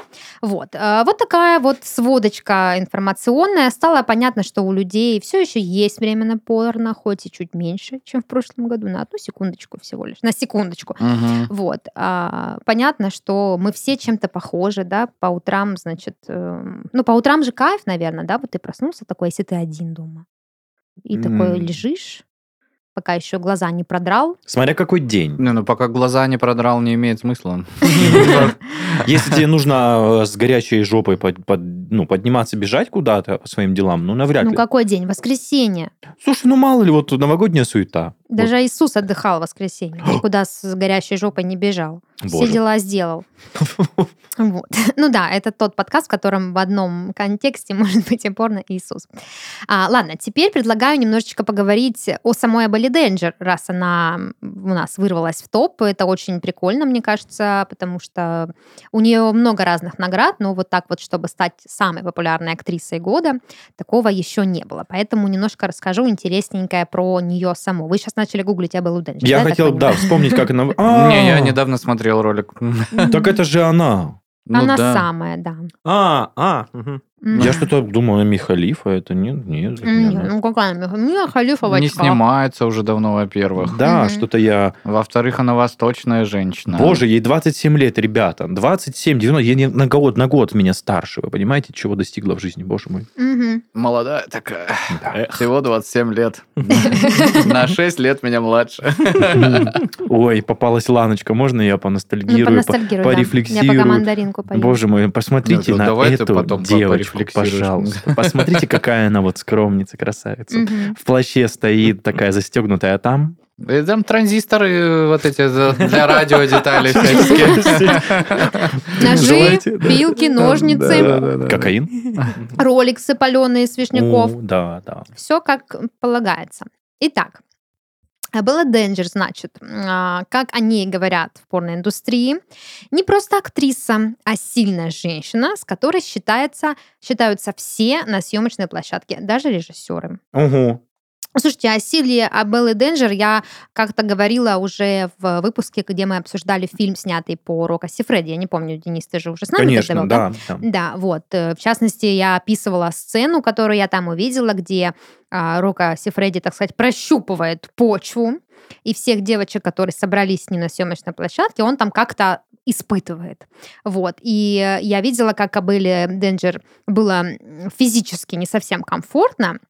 A: Вот. А, Вот такая вот сводочка информационная. Стало понятно, что у людей все еще есть время на порно, хоть и чуть меньше, чем в прошлом году, на одну секундочку всего лишь, на секундочку.
B: Мгм.
A: Вот. А, Понятно, что мы все чем-то похожи, да, по утрам, значит, эм, ну, по утрам же кайф, наверное, да, вот ты проснулся такой, если ты один дома, и такой
C: М.
A: лежишь, пока еще глаза не продрал,
C: Смотря какой день.
B: Не, ну пока глаза не продрал, не имеет смысла.
C: Если тебе нужно э, с горячей жопой под- под- ну, подниматься, бежать куда-то по своим делам, ну, навряд
A: ну,
C: ли.
A: какой день? Воскресенье.
C: Слушай, ну, мало ли, вот новогодняя суета.
A: Даже Иисус отдыхал в воскресенье, никуда с горящей жопой не бежал.
C: Вот.
A: Все
C: Боже.
A: дела сделал. Вот. Ну да, это тот подкаст, в котором в одном контексте может быть и порно и Иисус. А, ладно, теперь предлагаю немножечко поговорить о самой Абели Денджер, раз она у нас вырвалась в топ. Это очень прикольно, мне кажется, потому что у нее много разных наград, но вот так вот, чтобы стать самой популярной актрисой года, такого еще не было. Поэтому немножко расскажу интересненькое про нее саму. Вы сейчас начали гуглить Абелу Денджер.
C: Я
A: так
C: хотел, да,
A: понимаю?
C: вспомнить, как она... А,
B: Не, я недавно смотрел ролик.
C: Так это же она.
B: Ну
A: Она
B: да.
A: самая, да.
D: А, а. мгм.
A: М.
C: Я что-то думал, она Михалифа, это нет, нет. это не
A: М,
C: она.
A: Ну, типа. какая Миха- Мила Халифа в
B: Не
A: очках.
B: снимается уже давно, во-первых.
C: Да,
A: Мгм.
C: что-то я...
B: Во-вторых, она восточная женщина.
C: Боже, ей 27 лет, ребята. 27, 90, ей не- на год, на год меня старше. Вы понимаете, чего достигла в жизни, боже мой?
A: Мгм.
B: Молодая такая.
C: Да.
B: Всего 27 лет. На 6 лет меня младше.
C: Ой, попалась Ланочка, можно я
A: Ну,
C: поностальгирую? по-
A: порностальгирую,
C: порефлексирую.
A: Я пока мандаринку поем.
C: Боже мой, посмотрите
B: Ну,
C: на
B: давай ты
C: эту
B: потом по- порефлексируешь.
C: девочку, пожалуйста. Посмотрите, какая она вот скромница, красавица.
A: Мгм.
C: В плаще стоит такая застегнутая, а там...
B: И там транзисторы э, вот эти за- для радио детали всяческие.
A: Ножи,
C: Желаете? Да.
A: пилки,
B: Да,
A: ножницы,
B: да, да.
C: Кокаин?
A: роликсы паленые с вишняков.
C: О, Да, да.
A: Все как полагается. Итак, Белла Денджер, значит, а, как о ней говорят в порноиндустрии, не просто актриса, а сильная женщина, с которой считается, считаются все на съемочной площадке, даже режиссеры.
C: Угу.
A: Слушайте, о Силье Абеллы Денджер я как-то говорила уже в выпуске, где мы обсуждали фильм, снятый по Рока Сифреди. Я не помню, Денис, ты же уже с нами
C: Конечно,
A: тогда был,
C: да. да.
A: да, вот. э, В частности, я описывала сцену, которую я там увидела, где а, Рока Сифреди, так сказать, прощупывает почву, и всех девочек, которые собрались с ним на съемочной площадке, он там как-то испытывает. Вот. И э, я видела, как Абеле Денджер было м, физически не совсем комфортно.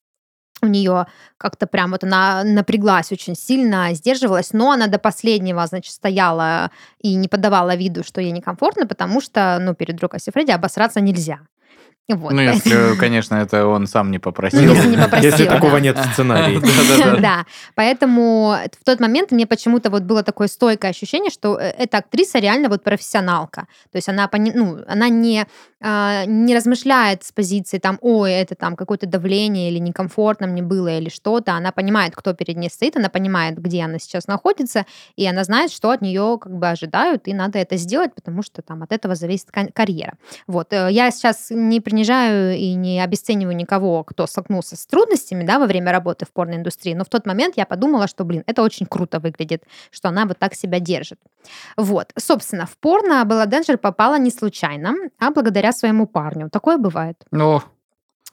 A: У нее как-то прям вот она напряглась очень сильно, сдерживалась, но она до последнего, значит, стояла и не подавала виду, что ей некомфортно, потому что, ну, перед Рокко Фредди обосраться нельзя. Вот.
B: Ну, если, конечно, это он сам не попросил.
A: Ну, Если не попросил,
D: Если
A: да.
D: такого нет в сценарии.
B: Да-да-да.
A: Да, поэтому в тот момент мне почему-то вот было такое стойкое ощущение, что э, эта актриса реально вот профессионалка. То есть она, пони- ну, она не, а, не размышляет с позиции там, ой, это там какое-то давление или некомфортно мне было или что-то. Она понимает, кто перед ней стоит, она понимает, где она сейчас находится, и она знает, что от нее как бы ожидают, и надо это сделать, потому что там от этого зависит кон- карьера. Вот, э, я сейчас не принижаю и не обесцениваю никого, кто столкнулся с трудностями, да, во время работы в порной индустрии, но в тот момент я подумала, что, блин, это очень круто выглядит, что она вот так себя держит. Вот, собственно, в порно Белла Денджер попала не случайно, а благодаря своему парню. Такое бывает.
B: Ну,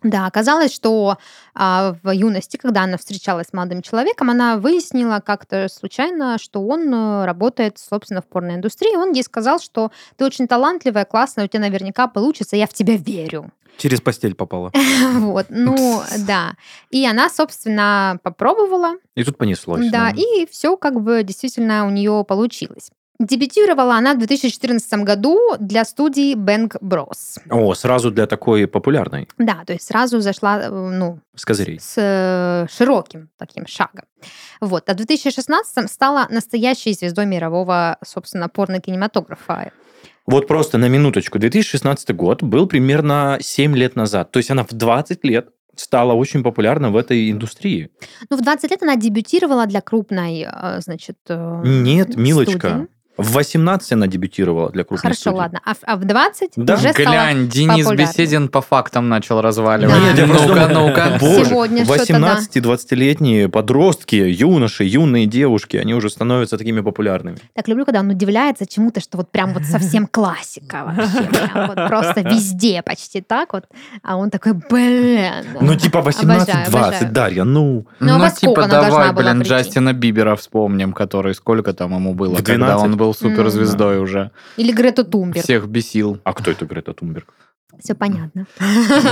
A: Да, оказалось, что а, в юности, когда она встречалась с молодым человеком, она выяснила как-то случайно, что он э, работает, собственно, в порной индустрии. Он ей сказал, что ты очень талантливая, классная, у тебя наверняка получится, я в тебя верю.
D: Через постель попала.
A: Вот, ну да. И она, собственно, попробовала,
C: И тут понеслось.
A: да, и все как бы действительно у нее получилось. Дебютировала она в 2014 году для студии Bang Bros.
C: О, сразу для такой популярной,
A: Да, то есть сразу зашла, э, ну,
C: с козырей.
A: с э, широким таким шагом. Вот. А в 2016-м стала настоящей звездой мирового, собственно, порно-кинематографа.
C: Вот просто на минуточку. 2016 год был примерно 7 лет назад. То есть она в 20 лет стала очень популярна в этой индустрии.
A: Ну, в 20 лет она дебютировала для крупной, э, значит, э,
C: Нет,
A: студии.
C: милочка. В 18 она дебютировала для крупной
A: Хорошо,
C: студии.
A: ладно. А, в- а в 20
C: Да,
A: уже стала
B: глянь, Денис
A: популярной.
B: Беседин по фактам начал
A: Да.
B: разваливать.
A: Нет, я
C: просто
B: Ну-ка,
C: думаю,
B: ну-ка.
C: Боже,
A: Сегодня что-то,
C: 18 и 20-летние подростки, юноши, юные девушки, они уже становятся такими популярными.
A: Так люблю, когда он удивляется чему-то, что вот прям вот совсем классика вообще. прям вот просто везде почти так вот. А он такой, блин.
C: Ну, типа 18-20,
A: обожаю.
C: Дарья, ну...
A: Ну, а
B: Ну,
A: во сколько
B: типа,
A: она должна
B: давай,
A: была
B: блин,
A: прийти?
B: Джастина Бибера вспомним, который сколько там ему было,
C: В
B: когда
C: 12?
B: он был суперзвездой уже.
A: Или Грету Тумбер.
B: Всех бесил.
C: А кто это Грета Тунберг?
A: Все понятно.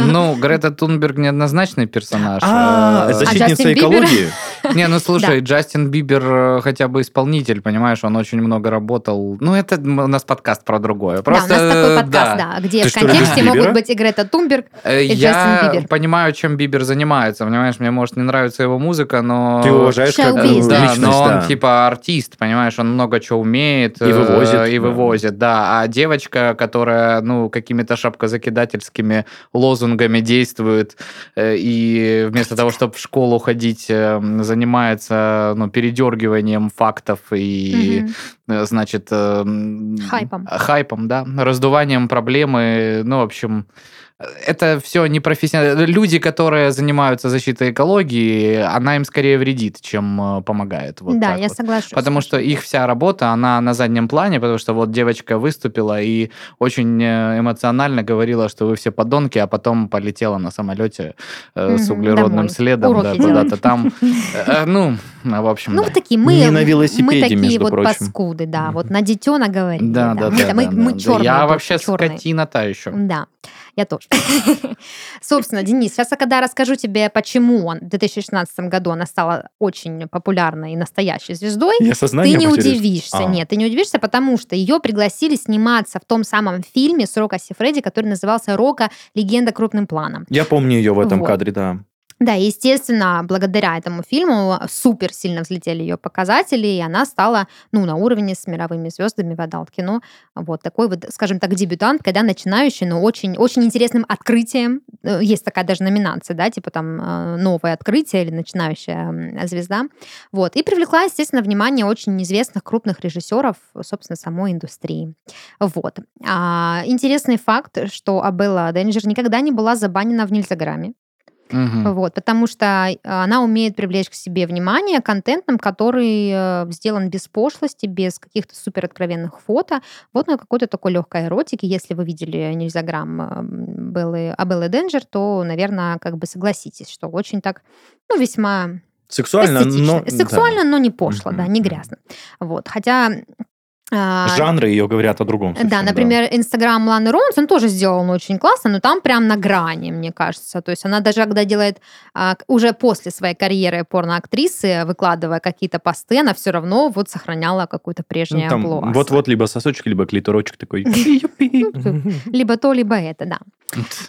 B: Ну, Грета Тунберг неоднозначный персонаж.
C: А,
B: Э,
A: А Джастин
C: защитница
A: Бибер?
C: экологии?
B: Не, ну слушай, Джастин Бибер э, хотя бы исполнитель, понимаешь, он очень много работал. Ну, это м, у нас подкаст про другое. Просто,
A: да, у нас такой
B: э,
A: подкаст,
B: да.
A: да, где
C: Ты
A: в
C: что,
A: контексте
C: любишь
A: могут
C: Бибера?
A: быть и Грета Тумберг.
B: Э,
A: И
B: Я
A: Джастин Бибер.
B: понимаю, чем Бибер занимается, понимаешь, мне, может, не нравится его музыка, но...
C: Ты уважаешь как
A: Shall
B: Э,
C: э,
A: be.
B: Да,
A: Личность,
B: но он
C: да.
B: типа артист, понимаешь, он много чего умеет.
C: И
B: э,
C: вывозит,
B: И
C: да.
B: вывозит, да. А девочка, которая, ну, какими-то шапкозакидательскими лозунгами действует, э, и вместо того, чтобы в школу ходить, э, м, занимается, ну, передергиванием фактов и,
A: Мгм.
B: э, значит... э, м,
A: Хайпом.
B: Хайпом, да. Раздуванием проблемы, ну, в общем... э, Это все непрофессионально. Э, Люди, которые занимаются защитой экологии, она им скорее вредит, чем э, помогает. Вот
A: да,
B: так
A: я
B: вот.
A: соглашусь.
B: Потому что их вся работа, она на заднем плане, потому что вот девочка выступила и очень э, эмоционально говорила, что вы все подонки, а потом полетела на самолете э, с
A: Мгм,
B: углеродным
A: домой.
B: следом
A: Уроки
B: да,
A: делать.
B: куда-то там. Э, э, Ну, в общем,
A: Ну,
B: да.
A: вот такие мы,
C: Не на велосипеде,
A: мы такие
C: между
A: вот
C: прочим.
A: паскуды, да, вот на детенок говорили.
B: Да, да,
A: мы,
B: да.
A: мы,
B: да,
A: мы
B: да.
A: черные.
B: Я
A: только,
B: вообще
A: черные.
B: скотина та еще.
A: Да, я тоже. Собственно, Денис, сейчас я когда расскажу тебе, почему он в 2016 году она стала очень популярной и настоящей звездой,
C: Я
A: Ты
C: сознание
A: не
C: потеряюсь.
A: удивишься,
C: А.
A: нет, ты не удивишься, потому что ее пригласили сниматься в том самом фильме с Рока Сифреди, который назывался «Рока. Легенда крупным планом».
C: Я помню ее в этом
A: Вот.
C: кадре, да.
A: Да, и, естественно, благодаря этому фильму супер сильно взлетели ее показатели, и она стала, ну, на уровне с мировыми звездами в Адалт кино. Вот такой вот, скажем так, дебютант, когда начинающий, но очень, очень интересным открытием. Э, Есть такая даже номинация, да, типа там э, новое открытие или начинающая м, звезда. Вот. И привлекла, естественно, внимание очень известных крупных режиссеров, собственно, самой индустрии. Вот. А, интересный факт, что Абелла Денджер никогда не была забанена в Нильзаграме.
B: Мгм.
A: Вот, потому что э, она умеет привлечь к себе внимание контентом, который э, сделан без пошлости, без каких-то супер откровенных фото. Вот на какой-то такой легкой эротике. Если вы видели нельзя грамм э, м, Беллы, Абеллы Денджер, то, наверное, как бы согласитесь, что очень так, ну, весьма
C: Сексуально,
A: эстетично.
C: но...
A: Сексуально, но не пошло, да,
C: Мгм,
A: не
C: мгм.
A: грязно. Вот, хотя... а,
C: да. Жанры ее говорят о другом.
A: да,
C: совсем,
A: например, Инстаграм Ланы Роунс, он тоже сделан очень классно, но там прям на грани, мне кажется. То есть она даже когда делает а, к- уже после своей карьеры порноактрисы, выкладывая какие-то посты, она все равно вот сохраняла какую-то
C: Ну,
A: прежнее
C: там
A: амплуа
C: вот-вот либо сосочек, либо клиторочек такой. А
A: свое. Либо то, либо это, да.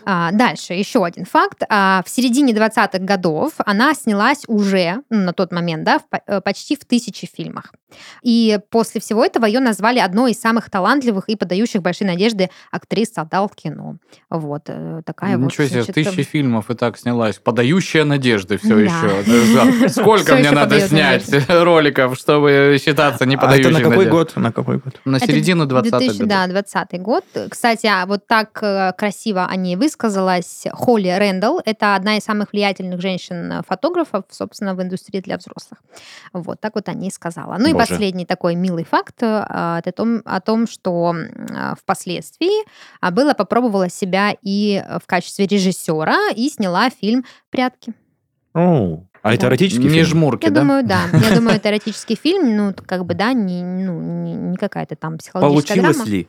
A: А, дальше, еще один факт. А, в середине 20-х годов она снялась уже, ну, на тот момент, да, в по- э, почти в тысячи фильмах. И после всего этого ее назвали одной из самых талантливых и подающих большие надежды актрис отдал кино. Вот, э, такая вот.
B: Ничего себе,
A: значит,
B: тысячи фильмов и так снялась. Подающая надежды все
A: Да.
B: еще. Сколько
A: Всё
B: мне
A: ещё
B: надо
A: подает
B: снять роликов, чтобы считаться не
C: А это
B: подающей
C: на какой
B: надежды?
C: год? На какой год?
B: На
A: Это
B: середину 20-х
A: 2000,
B: годов.
A: Да, 20 год. Кстати, а вот так э, красиво о ней высказалась Холли Рэндалл. Это одна из самых влиятельных женщин-фотографов, собственно, в индустрии для взрослых. Вот так вот о ней сказала. Ну и
C: Боже.
A: последний такой милый факт э, о том, о том что э, впоследствии а, Белла попробовала себя и э, в качестве режиссера и сняла фильм «Прятки».
C: О, А это
A: Да.
C: эротический
B: Не
C: фильм?
B: жмурки,
A: Я
B: да?
A: думаю, да. Я думаю, это эротический фильм, ну, как бы, да, не, ну, не, не какая-то там психологическая
D: Получилось
A: драма.
D: ли?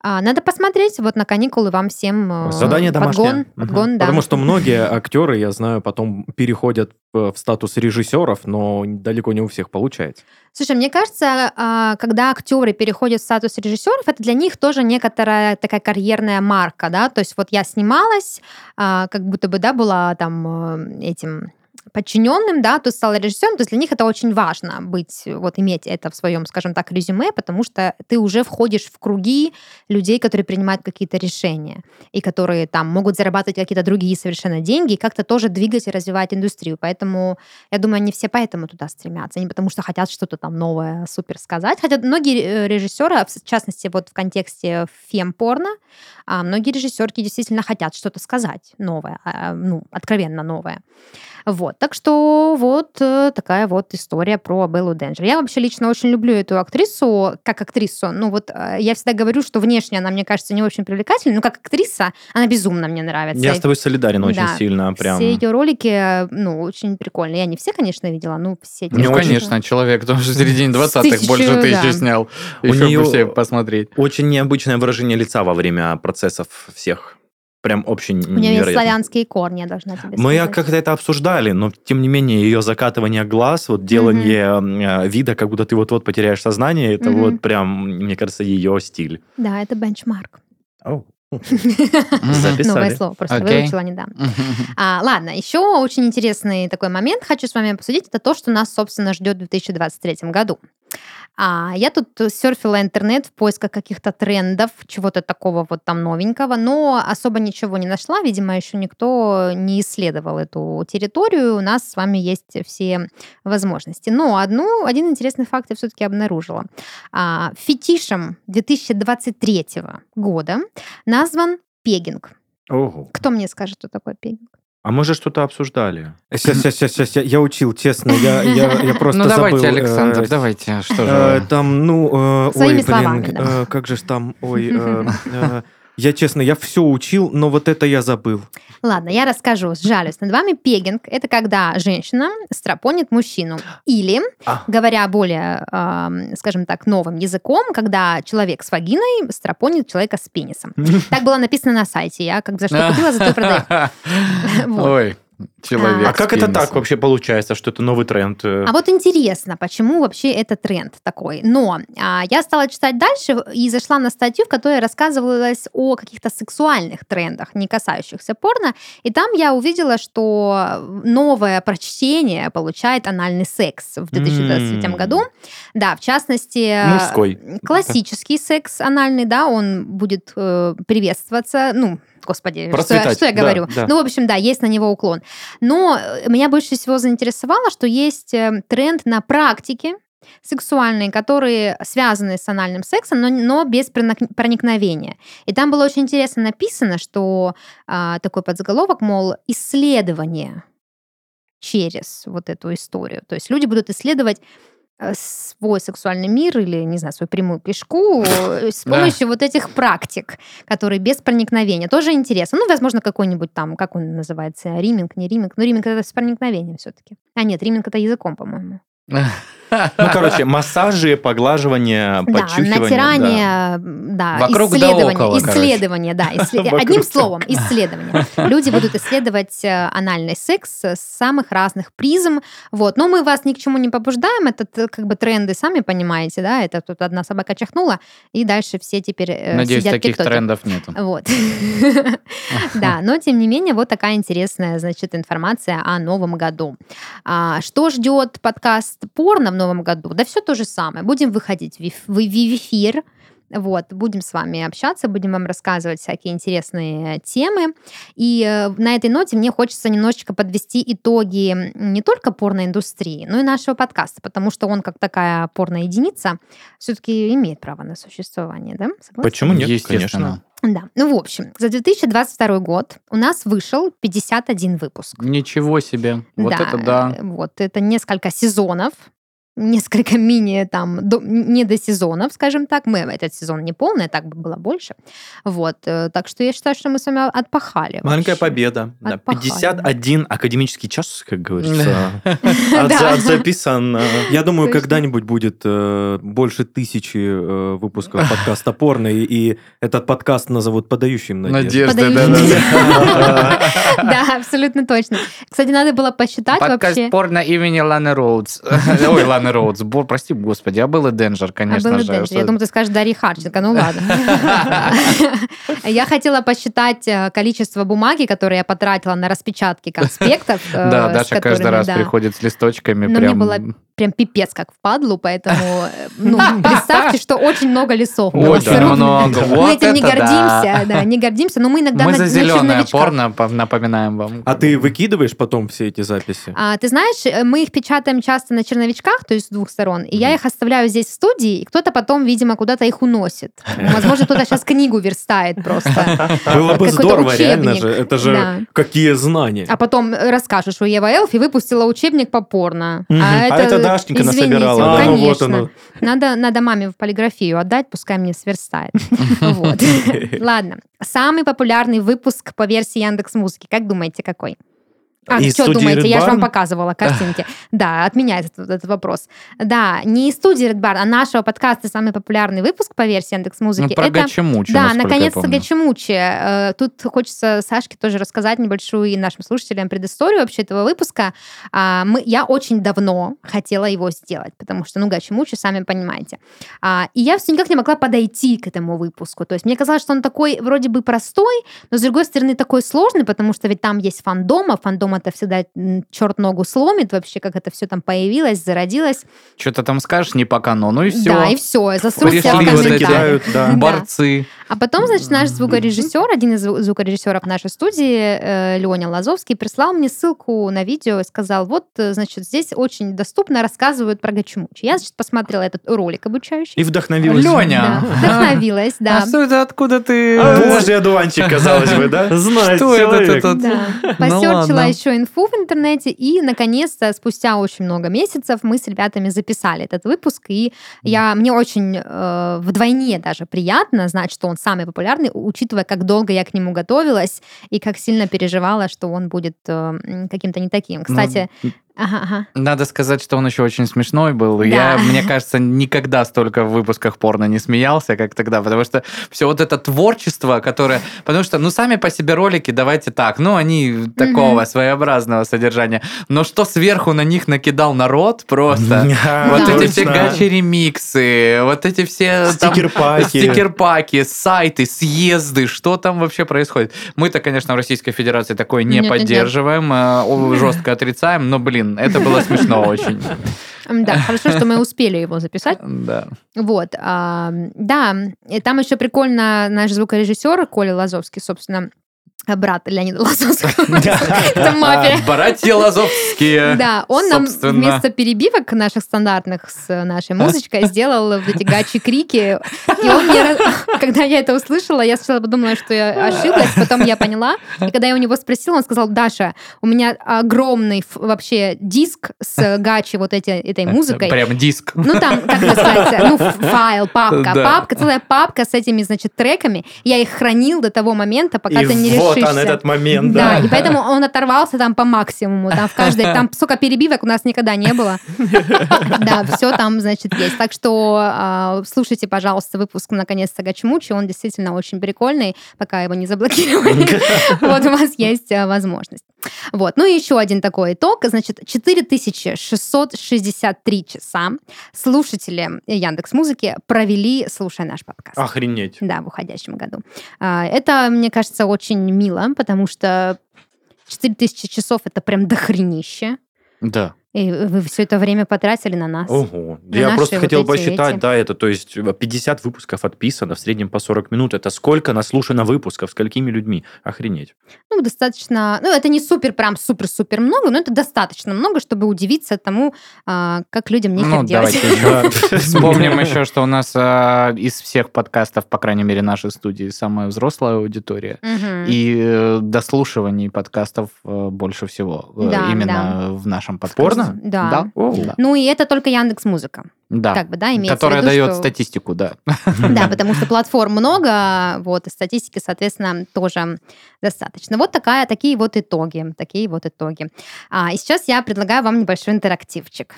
A: А, надо посмотреть, вот на каникулы вам всем э,
C: Задание домашнее.
A: подгон,
C: Мгм.
A: подгон, Ну да.
D: Потому что многие актеры, я знаю, потом переходят э, в статус режиссеров, но далеко не у всех получается.
A: Слушай, мне кажется, а, когда актеры переходят в статус режиссеров, это для них тоже некоторая такая карьерная марка, да, то есть вот я снималась, а, как будто бы, да, была там э, этим подчиненным, да, то есть стала режиссером, то есть для них это очень важно быть, вот иметь это в своем, скажем так, резюме, потому что ты уже входишь в круги людей, которые принимают какие-то решения и которые там могут зарабатывать какие-то другие совершенно деньги и как-то тоже двигать и развивать индустрию. Поэтому я думаю, они все поэтому туда стремятся, не потому что хотят что-то там новое супер сказать. Хотя многие э, режиссеры, а в частности, вот в контексте фем-порно, а, многие режиссерки действительно хотят что-то сказать новое, а, ну, откровенно новое. Вот, так что вот э, такая вот история про Беллу Денджер. Я вообще лично очень люблю эту актрису, как актрису. Ну вот э, я всегда говорю, что внешне она, мне кажется, не очень привлекательна, но как актриса она безумно мне нравится.
C: Я
A: И
C: с тобой солидарен очень
A: Да.
C: сильно, а прям.
A: все ее ролики, э, ну, очень прикольные. Я не все, конечно, видела, ну, все. те,
B: Ну,
A: что-
B: конечно, человек тоже в середине 20-х
A: тысячу,
B: больше тысячи
A: да.
B: снял.
C: У
B: Еще
C: неё-
B: бы все посмотреть.
C: Очень необычное выражение лица во время процессов всех. Прям очень
A: У нее есть
C: невероятно.
A: славянские корни, я должна тебе сказать.
C: Мы как-то это обсуждали, но тем не менее ее закатывание глаз, вот делание э, вида, как будто ты вот-вот потеряешь сознание, это
A: Мгм.
C: вот прям, мне кажется, ее стиль.
A: Да, это бенчмарк.
B: Мгм.
A: Новое
C: Записали.
A: слово, просто
B: Окей.
A: выучила недавно.
B: Мгм.
A: А, ладно, еще очень интересный такой момент хочу с вами обсудить. Это то, что нас, собственно, ждет в 2023 году. А, я тут серфила интернет в поисках каких-то трендов, чего-то такого вот там новенького, но особо ничего не нашла. Видимо, еще никто не исследовал эту территорию. У нас с вами есть все возможности. Но одну, один интересный факт я все-таки обнаружила. А, фетишем 2023 года назван пегинг.
C: Ого.
A: Кто мне скажет, что такое пегинг?
C: А мы же что-то обсуждали.
D: Сейчас, сейчас, сейчас, сейчас, я учил, честно, я, я, я просто
B: Ну, давайте,
D: забыл, э,
B: Александр, давайте. а Что
D: Э,
B: же?
D: Там, ну, э,
A: Своими
D: ой, блин,
A: словами, да.
D: э, как же ж там, ой, э, э, я честно, я все учил, но вот это я забыл.
A: Ладно, я расскажу, сжалюсь над вами. Пегинг – это когда женщина стропонит мужчину. Или,
C: А.
A: говоря более, эм, скажем так, новым языком, когда человек с вагиной стропонит человека с пенисом. Так было написано на сайте. Я как бы за что
B: А.
A: купила, за то и продаю. Вот.
B: Ой, человек.
C: а
B: с
C: как это
B: пенисом.
C: так вообще получается, что это новый тренд? э?
A: А вот интересно, почему вообще это тренд такой. Но а, я стала читать дальше и зашла на статью, в которой рассказывалось о каких-то сексуальных трендах, не касающихся порно. И там я увидела, что новое прочтение получает анальный секс в 2023
C: М.
A: году. Да, в частности...
C: Мужской.
A: Классический секс анальный, да, он будет э, приветствоваться, ну, господи, что я,
C: Процветать,
A: что я
C: да,
A: говорю?
C: да.
A: Ну, в общем, да, есть на него уклон. Но э, меня больше всего заинтересовало, что есть э, тренд на практике сексуальные, которые связаны с анальным сексом, но, но без пронак- проникновения. И там было очень интересно написано, что а, такой подзаголовок, мол, исследование через вот эту историю. То есть люди будут исследовать э, свой сексуальный мир или, не знаю, свою прямую кишку э, с
B: Да.
A: помощью вот этих практик, которые без проникновения. Тоже интересно. Ну, возможно, какой-нибудь там, как он называется, риминг, не риминг. Ну, риминг это с проникновением все-таки. А нет, риминг это языком, по-моему.
C: Ну, короче, массажи, поглаживание,
A: А Да,
C: подчухивание.
A: натирание, да,
B: Вокруг да
A: исследование,
B: около, короче.
A: исследование, да, иссле-
C: Вокруг
A: одним
C: да
A: словом, исследование. Люди будут исследовать э, анальный секс с самых разных призм, вот. Но мы вас ни к чему не побуждаем, это т- как бы тренды, сами понимаете, да, это тут одна собака чихнула, и дальше все теперь э,
B: Надеюсь,
A: сидят в
B: таких
A: ТикТоке.
B: трендов нету.
A: Вот. Да, но тем не менее, вот такая интересная, значит, информация о Новом году. А, Что ждет подкаст порно в Новом году? Да все то же самое. Будем выходить в эф- в в эфир, вот, будем с вами общаться, будем вам рассказывать всякие интересные темы. И э, на этой ноте мне хочется немножечко подвести итоги не только порноиндустрии, но и нашего подкаста, потому что он, как такая порноединица, все-таки имеет право на существование, да? Согласны?
C: Почему нет,
B: Естественно.
C: конечно.
A: Да, ну в общем, за 2022 год у нас вышел 51 выпуск.
B: Ничего себе. Вот это да.
A: э, Вот, это несколько сезонов, несколько мини там до, недосезонов, скажем так. Мы этот сезон не полный, так бы было больше. Вот, э, так что я считаю, что мы с вами отпахали.
C: Маленькая
A: вообще.
C: победа. Да,
A: Отпахали.
C: 51 академический час, как говорится,
A: Да.
C: записан.
D: Я думаю,
A: Точно.
D: когда-нибудь будет э, больше тысячи э, выпусков подкаста порно, и, и этот подкаст назовут подающим надежды.
B: Надежда, да,
A: Подаю.
B: да.
A: Да, абсолютно точно. Кстати, надо было посчитать
B: Подкаст
A: вообще.
B: порно имени Ланы Роудс. Ой, Ланы Роудс. Бо- Прости, господи, а был и Денджер,
A: А
B: конечно
A: Белла
B: же.
A: Денджер. Я
B: Что-
A: думаю, ты скажешь Дарьи Харченко. Ну ладно. Я хотела посчитать э, количество бумаги, которые я потратила на распечатки конспектов. э,
B: Да,
A: с
B: Даша каждый
A: которыми,
B: раз
A: да,
B: приходит с листочками.
A: Но мне
B: прям...
A: было Прям пипец как впадлу, поэтому э, ну, представьте, что очень много лесов. было
B: Очень
A: срублено.
B: много.
A: Мы
B: ну, а Вот
A: этим не
B: это да.
A: гордимся, да, не гордимся, но мы иногда
B: Мы
A: на-
B: за
A: начнем
B: зеленое
A: новичков.
B: порно пом- напоминаем вам.
D: А ты выкидываешь потом все эти записи?
A: А, ты знаешь, э, мы их печатаем часто на черновичках, то есть с двух сторон, и я их оставляю здесь в студии, и кто-то потом, видимо, куда-то их уносит. Возможно, кто-то сейчас книгу верстает просто.
D: Было бы
A: а какой-то
D: здорово,
A: учебник.
D: реально же. Это же
A: Да.
D: какие знания.
A: А потом э, расскажешь, что Ева Элфи выпустила учебник по порно.
C: Мгм. А это Дашенька
A: извините, ну,
C: насобирала, да.
D: А, ну
A: конечно.
D: вот оно.
A: Надо, надо маме в полиграфию отдать, пускай мне сверстает. Вот. Ладно. Самый популярный выпуск по версии Яндекс Музыки. Как думаете, какой? А,
C: Из
A: что
C: студии
A: думаете? Я же вам
C: Red Barn?
A: показывала картинки. Да, от меня этот, этот вопрос. Да, не из студии Red Barn, а нашего подкаста самый популярный выпуск по версии Яндекс
B: Ну,
A: Музыки.
B: про
A: это
B: Гачимучу,
A: да,
B: насколько я
A: наконец-то
B: помню.
A: Гачимучи. Э, Тут хочется Сашке тоже рассказать небольшую и нашим слушателям предысторию вообще этого выпуска. А, Мы, я очень давно хотела его сделать, потому что, ну, Гачимучи, сами понимаете. А, И я все никак не могла подойти к этому выпуску. То есть мне казалось, что он такой вроде бы простой, но, с другой стороны, такой сложный, потому что ведь там есть фандом, а фандом это всегда м, черт ногу сломит вообще, как это все там появилось, зародилось.
B: Что-то там скажешь не по канону, и все.
A: Да, и все, засрутся в
B: Пришли вот эти,
A: комментариях.
C: да.
B: Борцы.
A: А потом, значит, наш звукорежиссер, один из зву- звукорежиссеров нашей студии, э, Леня Лазовский, прислал мне ссылку на видео и сказал, вот, э, значит, здесь очень доступно рассказывают про Гачимучи. Я, значит, посмотрела этот ролик обучающий.
C: И вдохновилась.
A: Да,
B: Леня,
A: вдохновилась,
B: а
A: да.
B: что это, откуда ты?
C: Божий одуванчик, казалось бы, да?
D: Знает
B: Что это ты
D: человек.
B: тут?
A: Да.
B: Ну
A: Посерчила
B: ладно.
A: еще инфу в интернете, и, наконец-то, спустя очень много месяцев мы с ребятами записали этот выпуск, и я, мне очень э, вдвойне даже приятно знать, что он самый популярный, у- учитывая, как долго я к нему готовилась, и как сильно переживала, что он будет э, м, каким-то не
B: Ну,
A: таким. Кстати, ага, ага.
B: Надо сказать, что он еще очень смешной был. И
A: Да.
B: Я, мне кажется, никогда столько в выпусках порно не смеялся, как тогда, потому что все вот это творчество, которое... Потому что, ну, сами по себе ролики, давайте так, ну, они такого своеобразного содержания. Но что сверху на них накидал народ просто... Вот
A: Да.
B: эти все
C: Точно.
B: гачи-ремиксы, вот эти все... там-
C: Стикер-паки.
B: Стикерпаки, сайты, съезды, что там вообще происходит? Мы-то, конечно, в Российской Федерации такое не
A: Нет, нет, нет.
B: поддерживаем, э, о- жестко отрицаем, но, блин, это было смешно очень.
A: М, Да, хорошо, что мы успели его записать.
B: Да.
A: Вот, а, да, и там еще прикольно наш звукорежиссер Коля Лазовский, собственно, брат Леонида Лазовского. Это мафия.
B: А, Братья Лазовские.
A: Да, он нам
B: Собственно.
A: вместо перебивок наших стандартных с нашей музычкой сделал вот эти гачи крики. И он мне, раз- когда я это услышала, я сначала подумала, что я ошиблась, потом я поняла. И когда я у него спросила, он сказал, Даша, у меня огромный ф- вообще диск с гачи вот эти, этой музыкой.
B: Э, Прям диск.
A: Ну, там, как называется, ну, ф- файл, папка,
B: Да.
A: папка, целая папка с этими, значит, треками. Я их хранил до того момента, пока
C: И
A: ты не
C: вот
A: решишься.
C: он, этот момент,
A: Да,
C: да.
A: и поэтому он оторвался там по максимуму. Там в каждой, там, сука, перебивок у нас никогда не было. Да, все там, значит, есть. Так что а, слушайте, пожалуйста, выпуск наконец-то Гачмучи. Он действительно очень прикольный, пока его не заблокировали. Вот у вас есть а, возможность. Вот. Ну и еще один такой итог. Значит, 4663 часа слушатели Яндекс Музыки провели, слушая наш подкаст.
C: Охренеть.
A: Да, в уходящем году. А, Это, мне кажется, очень мило, потому что 4000 часов это прям дохренище.
B: Да.
A: И вы все это время потратили на нас.
C: Ого.
A: На
C: Я
A: наши
C: просто
A: вот
C: хотел
A: эти-
C: посчитать,
A: эти.
C: да, это, то есть 50 выпусков отписано, в среднем по 40 минут. Это сколько наслушано выпусков, сколькими людьми? Охренеть.
A: Ну, достаточно... Ну, это не супер, прям супер-супер много, но это достаточно много, чтобы удивиться тому, а, как людям нехер
B: Ну,
A: делать.
B: давайте еще вспомним еще, что у нас а, из всех подкастов, по крайней мере, нашей студии, самая взрослая аудитория.
A: Мгм.
B: И э, дослушиваний подкастов э, больше всего. э,
A: Да,
B: именно в нашем подкасте.
C: порно?
A: Да.
B: Да.
C: Оу.
B: Да.
A: Ну, и это только Яндекс Музыка.
B: Да.
A: Как бы, да, А, имеется
B: Которая
A: в виду,
B: дает
A: что-
B: статистику, да.
A: Да, потому что платформ много, вот, и статистики, соответственно, тоже достаточно. Вот такая, такие вот итоги, такие вот итоги. А, и сейчас я предлагаю вам небольшой интерактивчик.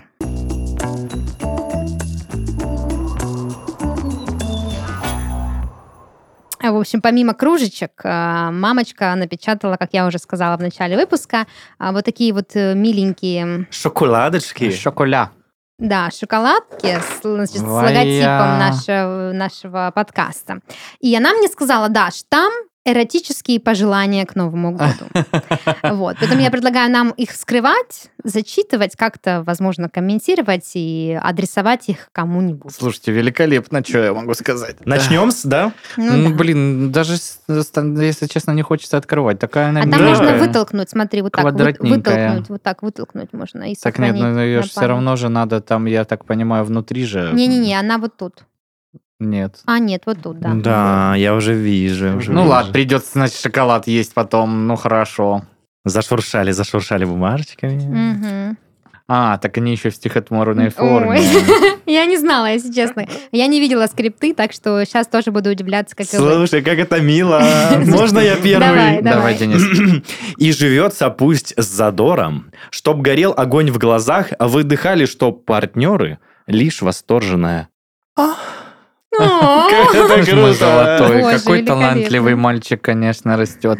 A: А, В общем, помимо кружечек, а, мамочка напечатала, как я уже сказала в начале выпуска, а, вот такие вот э, миленькие,
C: Шоколадочки.
B: Шоколя.
A: да, шоколадки с, значит, с
B: Твоя.
A: логотипом нашего, нашего подкаста. И она мне сказала, Даш, там эротические пожелания к Новому году. Вот. Поэтому я предлагаю нам их скрывать, зачитывать, как-то, возможно, комментировать и адресовать их кому-нибудь.
B: Слушайте, великолепно, что я могу сказать.
C: Начнем с, да?
A: Ну
B: Ну,
A: да.
B: блин, даже, с- с- если честно, не хочется открывать. Такая она
A: А там
C: да.
A: можно
B: миленькая.
A: вытолкнуть, смотри, вот так вот
B: Квадратненькая.
A: вытолкнуть, вот так вытолкнуть можно. и
B: Так нет,
A: сохранить
B: ну ее
A: на
B: все
A: пару.
B: равно же надо там, я так понимаю, внутри же.
A: Не-не-не, она вот тут.
B: Нет.
A: А, нет, вот тут, да.
C: я уже вижу. я уже
B: Ну
C: вижу.
B: ладно, придется, значит, шоколад есть потом. Ну хорошо.
C: Зашуршали, зашуршали бумажечками.
A: Мгм.
B: А, так они еще в стихотворной
A: Ой.
B: форме.
A: Я не знала, если честно. Я не видела скрипты, так что сейчас тоже буду удивляться, как и вы.
C: Слушай, как это мило. Можно я
A: Давай,
C: первый?
A: да.
B: Давай, Денис.
C: И живется пусть с задором, чтоб горел огонь в глазах, а выдыхали, чтоб партнеры лишь восторженная.
A: О,
B: Боже мой, золотой.
A: Боже,
B: Какой
A: великолепно.
B: талантливый мальчик, конечно, растет.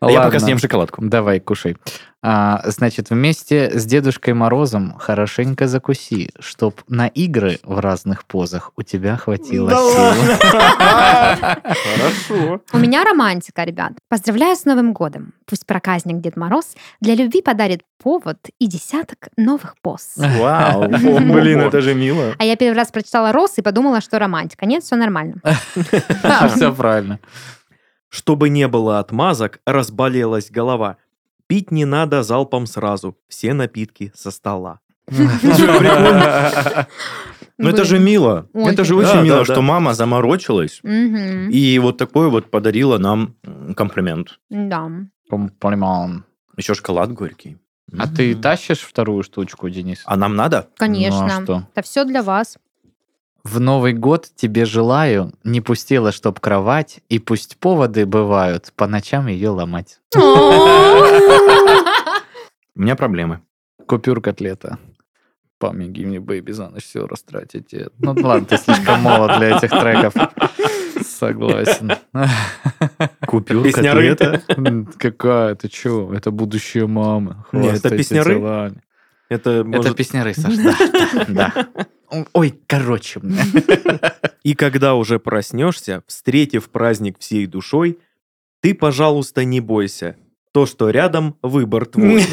C: А Я
B: Ладно.
C: пока съем шоколадку.
B: Давай, кушай. А, значит, вместе с Дедушкой Морозом хорошенько закуси, чтоб на игры в разных позах у тебя хватило
C: Да
B: сил.
C: Хорошо.
A: У меня романтика, ребят. Поздравляю с Новым годом. Пусть проказник Дед Мороз для любви подарит повод и десяток новых поз.
C: Вау. О, Блин, это же мило.
A: А я первый раз прочитала Рос и подумала, что романтика. Нет, все нормально.
B: Все правильно.
D: Чтобы не было отмазок, разболелась голова. Пить не надо залпом сразу. Все напитки со стола.
C: Ну это же мило.
A: Ой,
C: Это же
A: как
C: очень
D: Да,
C: мило,
D: да,
C: что
D: да. мама
C: мама заморочилась
A: Мгм.
C: и вот такой вот подарила нам м, комплимент.
A: Да.
B: Комплимент.
C: Еще шоколад горький.
B: А ты
C: М.
B: тащишь вторую штучку, Денис?
C: А нам надо?
B: Ну, а
A: Конечно.
B: что?
A: Это все для вас.
B: В Новый год тебе желаю, не пустила, чтоб кровать, и пусть поводы бывают, по ночам ее ломать.
C: У меня проблемы.
B: Купюр котлета. Помоги мне, бэйби, за ночь все растратить. Э, Ну ладно, ты слишком молод для этих треков. Согласен.
C: Купюр,
D: Песняры.
C: котлета.
B: М, Какая? Ты чего? Это будущая мама.
D: Не, это
B: Хвастайте
D: песняры?
B: делами.
D: Это,
B: Это
D: может...
B: песняры, Саш, да, да, да. Ой, короче.
D: И когда уже проснешься, встретив праздник всей душой, ты, пожалуйста, не бойся. То, что рядом, выбор твой.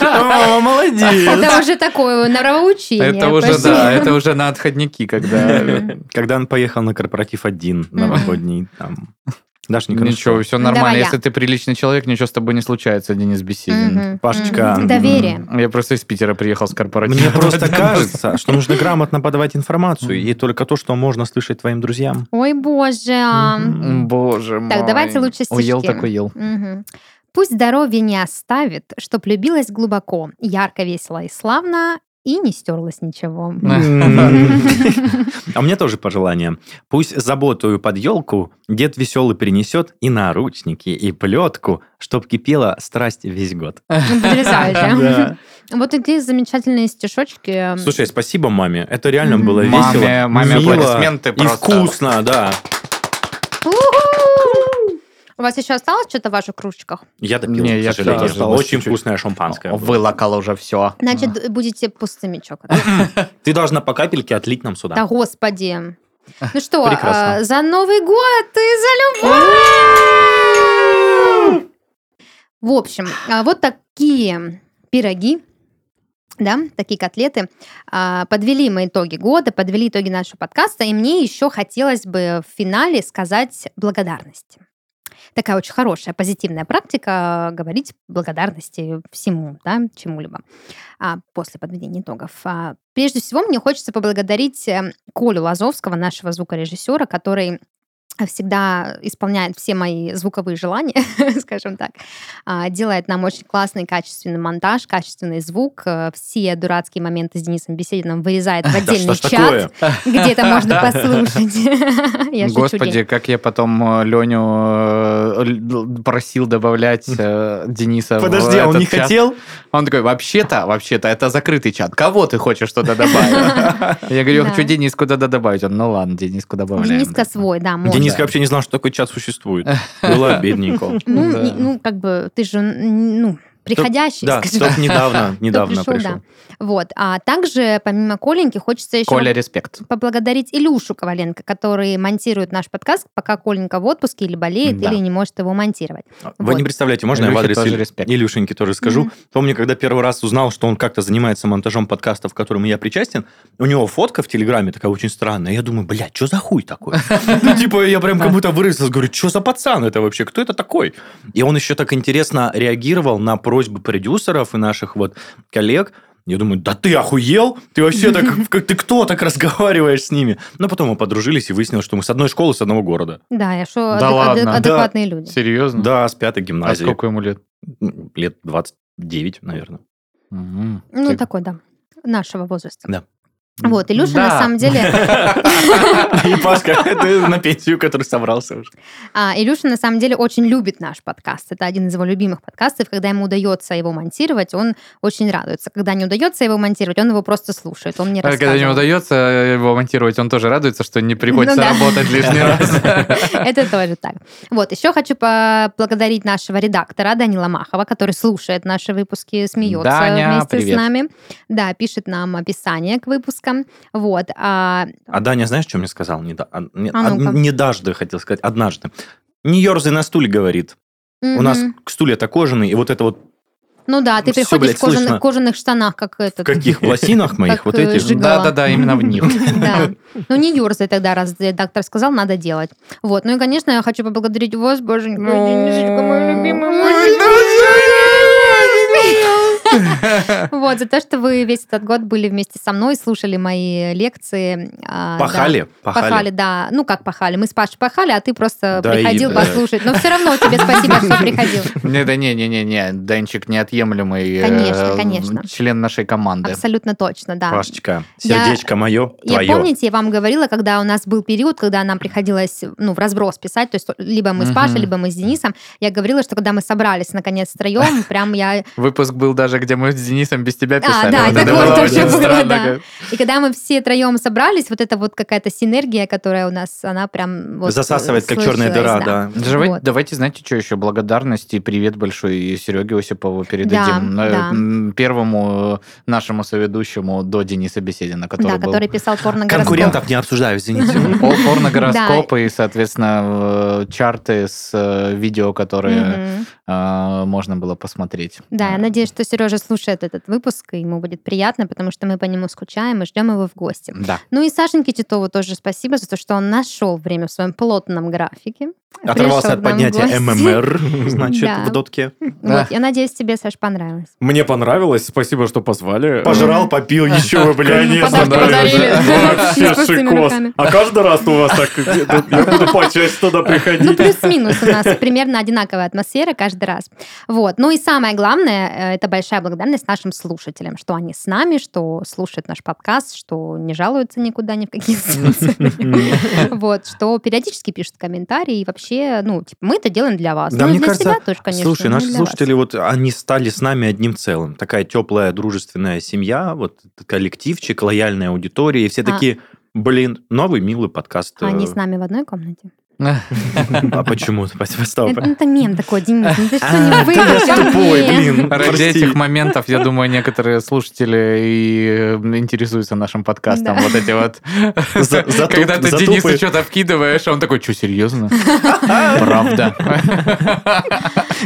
C: О, молодец.
A: Это уже такое нравоучение.
B: Это уже,
A: пошли.
B: да, это уже на отходники, когда...
C: Когда он поехал на корпоратив один новогодний, там... Даже не
B: Ничего, все нормально.
A: Давай я.
B: Если ты приличный человек, ничего с тобой не случается, Денис Беседин.
A: Мгм,
C: Пашечка,
A: мгм.
C: м,
A: Доверие.
B: Я просто из Питера приехал с корпоратива.
C: Мне просто кажется, что нужно грамотно подавать информацию, и только то, что можно слышать твоим друзьям.
A: Ой, боже. а.
B: М, Боже мой.
A: давайте лучше стишки.
B: Уел так уел.
A: Мгм. Пусть здоровье не оставит, чтоб любилась глубоко, ярко, весело и славно, и не стерлось ничего.
C: А мне тоже пожелание. Пусть заботую под елку дед веселый принесет и наручники, и плетку, чтоб кипела страсть весь год.
A: Ну, Потрясающе.
C: Да.
A: Вот такие замечательные стишочки.
C: Слушай, спасибо маме. Это реально
A: Мгм.
C: было
B: Маме-
C: весело.
B: маме
C: мило
B: аплодисменты
C: И
B: просто.
C: вкусно, да.
A: У-ху! У вас еще осталось что-то в ваших кружечках?
C: Я допил,
B: Не,
C: к
B: я
C: сожалению.
B: тоже
C: Стало
B: был
C: очень
B: чуть-чуть.
C: вкусное шампанское. было.
B: Вылокал уже все.
A: Значит,
C: А.
A: будете пустыми чокать.
C: Ты должна по капельке отлить нам сюда.
A: Да господи. Ну что,
C: Прекрасно.
A: а, за Новый год и за любовь! В общем, а, вот такие пироги, да, такие котлеты. а, Подвели мы итоги года, подвели итоги нашего подкаста, и мне еще хотелось бы в финале сказать благодарности. Такая очень хорошая, позитивная практика а, говорить благодарности всему, да, чему-либо а, после подведения итогов. А, Прежде всего, мне хочется поблагодарить э, Колю Лазовского, нашего звукорежиссера, который всегда исполняет все мои звуковые желания, скажем так. А, Делает нам очень классный, качественный монтаж, качественный звук. э, Все дурацкие моменты с Денисом Бесединым вырезает в
C: Да что
A: отдельный
C: ж
A: чат,
C: такое?
A: где это можно послушать. Я шучу,
B: Господи,
A: День.
B: как я потом э, Леню просил добавлять э, Дениса в
C: Подожди, а он
B: этот
C: не
B: чат.
C: хотел?
B: Он такой, вообще-то, вообще-то, это закрытый чат. Кого ты хочешь туда добавить? Я говорю, я
A: Да.
B: хочу Дениску туда добавить. Он, ну ладно, Дениску добавляем.
A: Дениска свой, да, можно.
C: Дениска вообще не знал, что такой чат существует. Было обидненько.
A: Ну,
B: Да.
A: не- ну, как бы, ты же, н- ну, приходящий,
C: Да,
A: скажем
C: только недавно, недавно
A: пришел,
C: пришел.
A: Вот. А также, помимо Коленьки, хочется еще
B: Коля, респект.
A: поблагодарить Илюшу Коваленко, который монтирует наш подкаст, пока Коленька в отпуске или болеет,
B: Да.
A: или не может его монтировать.
C: Вы
A: Вот.
C: не представляете, можно я в
B: Илюхе
C: адрес
B: тоже
C: Иль-
B: респект.
C: Илюшеньки тоже скажу. Помню, когда первый раз узнал, что он как-то занимается монтажом подкастов, к которому я причастен, у него фотка в Телеграме такая очень странная. Я думаю, блядь, что за хуй такой? Ну, типа, я прям как будто вырос, говорю, что за пацан это вообще? Кто это такой? И он еще так интересно реагировал на просьбы продюсеров и наших вот коллег. Я думаю, да ты охуел? Ты вообще так, как ты кто так разговариваешь с ними? Но потом мы подружились и выяснилось, что мы с одной школы, с одного города.
A: Да, я что,
B: Да ладно, да.
A: адекватные люди.
B: Серьезно?
C: Да, с пятой
B: А
C: гимназии.
B: сколько ему лет?
C: М, Лет 29, наверное.
B: Мгм.
A: Ну,
C: Ты-
A: такой, да, нашего возраста.
C: Да.
A: Вот, Илюша, на
B: Да.
A: самом деле,
C: И Пашка, ты на пенсию, который собрался уже.
A: А, Илюша на самом деле очень любит наш подкаст. Это один из его любимых подкастов. Когда ему удается его монтировать, он очень радуется. Когда не удается его монтировать, он его просто слушает. Он мне
B: А Когда не
A: рассказывал.
B: удается его монтировать, он тоже радуется, что не приходится
A: Ну да.
B: работать лишний раз.
A: Это тоже так. Вот, еще хочу поблагодарить нашего редактора Данила Махова, который слушает наши выпуски, смеется
B: Даня,
A: вместе
B: привет.
A: с нами. Да, пишет нам описание к выпускам. Вот. а,
C: А Даня, знаешь, что мне сказал? Не да- а, не-
A: А
C: а,
A: ну-ка.
C: не даже, хотел сказать, однажды. Не ерзай на стуле, говорит. У
A: мгм.
C: нас к стуле это кожаный, и вот это вот
A: Ну да, ты
C: всё,
A: приходишь
C: блядь,
A: в кожаных-
C: слышно.
A: кожаных штанах, как
C: в
A: этот.
C: каких лосинах моих,
A: Как,
C: вот
A: э,
C: эти.
A: жиг- Жигала.
B: Да-да-да, именно в них.
A: Да. Ну, не ерзай тогда, раз доктор сказал, надо делать. Вот. Ну и, конечно, я хочу поблагодарить вас, боженька, Денисочка, мой любимый мальчик. Вот, за то, что вы весь этот год были вместе со мной, слушали мои лекции. а, да.
C: Пахали,
A: Пахали.
C: пахали.
A: да. Ну, как пахали? Мы с Пашей пахали, а ты просто
C: Да и-
A: приходил
C: да.
A: послушать. Но все равно тебе спасибо, что приходил.
B: Не, да не, не, не, не, Денчик неотъемлемый э,
A: Конечно, конечно.
B: член нашей команды.
A: Абсолютно точно, да.
C: Пашечка,
A: Я-
C: сердечко мое,
A: Я
C: твое.
A: помните, я вам говорила, когда у нас был период, когда нам приходилось ну, в разброс писать, то есть либо мы с
B: Мгм.
A: Пашей, либо мы с Денисом. Я говорила, что когда мы собрались наконец втроем, прям я...
B: Выпуск был даже, где мы с Денисом без тебя писали.
A: А, да,
B: Вот
A: и
B: это
A: такое
B: было
A: тоже
B: очень
A: было,
B: странно,
A: да.
B: как-
A: И когда мы все троем собрались, вот это вот какая-то синергия, которая у нас, она прям... вот,
C: Засасывает, как
A: э,
C: черная дыра,
A: сложилась,
C: да.
B: Давай-
A: Вот.
B: Давайте, знаете, что еще? Благодарность и привет большой и Сереге Осипову передадим.
A: Да,
B: Э,
A: да.
B: м, Первому э, нашему соведущему до Дениса Беседина, который
A: Да,
B: был.
A: который писал порногородство.
C: Конкурентов не обсуждаю, извините.
B: Пол- Порногороскоп и, соответственно, э, чарты с э, видео, которые
A: Мгм.
B: э, можно было посмотреть.
A: Да, я надеюсь, что Сережа слушает этот выпуск, и ему будет приятно, потому что мы по нему скучаем и ждем его в гости.
B: Да.
A: Ну и Сашеньке Титову тоже спасибо за то, что он нашел время в своем плотном графике.
C: Оторвался
A: Пришел
C: от
A: к нам в
C: поднятия
A: гости.
C: ММР, значит,
A: Да.
C: в дотке.
A: Вот, я надеюсь, тебе, Саш, понравилось.
D: Мне понравилось, спасибо, что позвали.
C: Пожрал, попил, еще вы, блядь.
D: Конечно,
A: Подарки
D: да,
A: подарили.
D: это
A: С
D: Вообще
A: пустыми
D: шикос.
A: руками.
D: А каждый раз у вас так, я буду почаще туда
A: Ну,
D: приходить.
A: плюс-минус у нас примерно одинаковая атмосфера каждый раз. Вот. Ну и самое главное, э, это большая благодарность нашим слушателям, что они с нами, что слушают наш подкаст, что не жалуются никуда ни в какие инстанции. Вот, что периодически пишут комментарии. И вообще, ну, типа, мы это делаем для вас.
C: Да,
A: Ну, и
C: мне
A: для
C: кажется,
A: себя тоже, конечно.
C: Слушай,
A: но
C: наши
A: для вас.
C: слушатели, вот они стали с нами одним целым. Такая теплая, дружественная семья, вот коллективчик, лояльная аудитория. И все
A: А.
C: такие, блин, новый милый подкаст. э,
A: Они с нами в одной комнате.
C: А почему? Стоп.
A: Это, ну, это мем такой, Денис, ну ты что,
C: А,
A: не
C: ты
A: выиграл?
C: тупой, блин.
B: Ради
C: прости.
B: этих моментов, я думаю, некоторые слушатели и э, интересуются нашим подкастом.
A: Да.
B: Вот эти вот.
C: За- затуп-
B: Когда ты
C: затупы.
B: Денису что-то вкидываешь, а он такой, что, серьезно? Правда.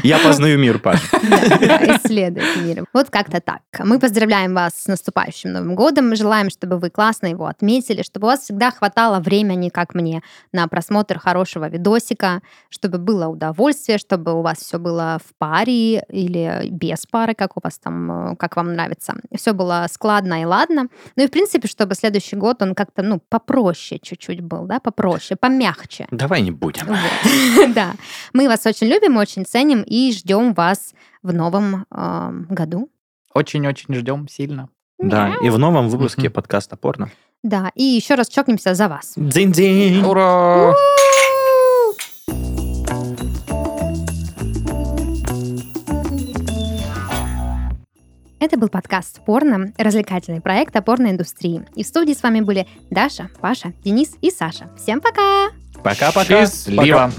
C: Я познаю мир, Паш.
A: Исследует мир. Вот как-то так. Мы поздравляем вас с наступающим Новым годом. Желаем, чтобы вы классно его отметили, чтобы у вас всегда хватало времени, как мне, на просмотр хорошего видосика, чтобы было удовольствие, чтобы у вас все было в паре или без пары, как у вас там, э, как вам нравится. Все было складно и ладно. Ну и, в принципе, чтобы следующий год он как-то, ну, попроще чуть-чуть был, да, попроще, помягче.
C: Давай не будем.
A: Вот. Да. Мы вас очень любим, очень ценим и ждем вас в новом эм, году.
B: Очень-очень ждем сильно.
C: Да, и в новом выпуске
B: Мгм.
C: подкаста «Порно».
A: Да, и еще раз чокнемся за вас.
C: День-день!
B: Ура!
A: Это был подкаст «Порно», развлекательный проект о порноиндустрии. И в студии с вами были Даша, Паша, Денис и Саша. Всем пока!
C: Пока-пока!
B: Счастливо!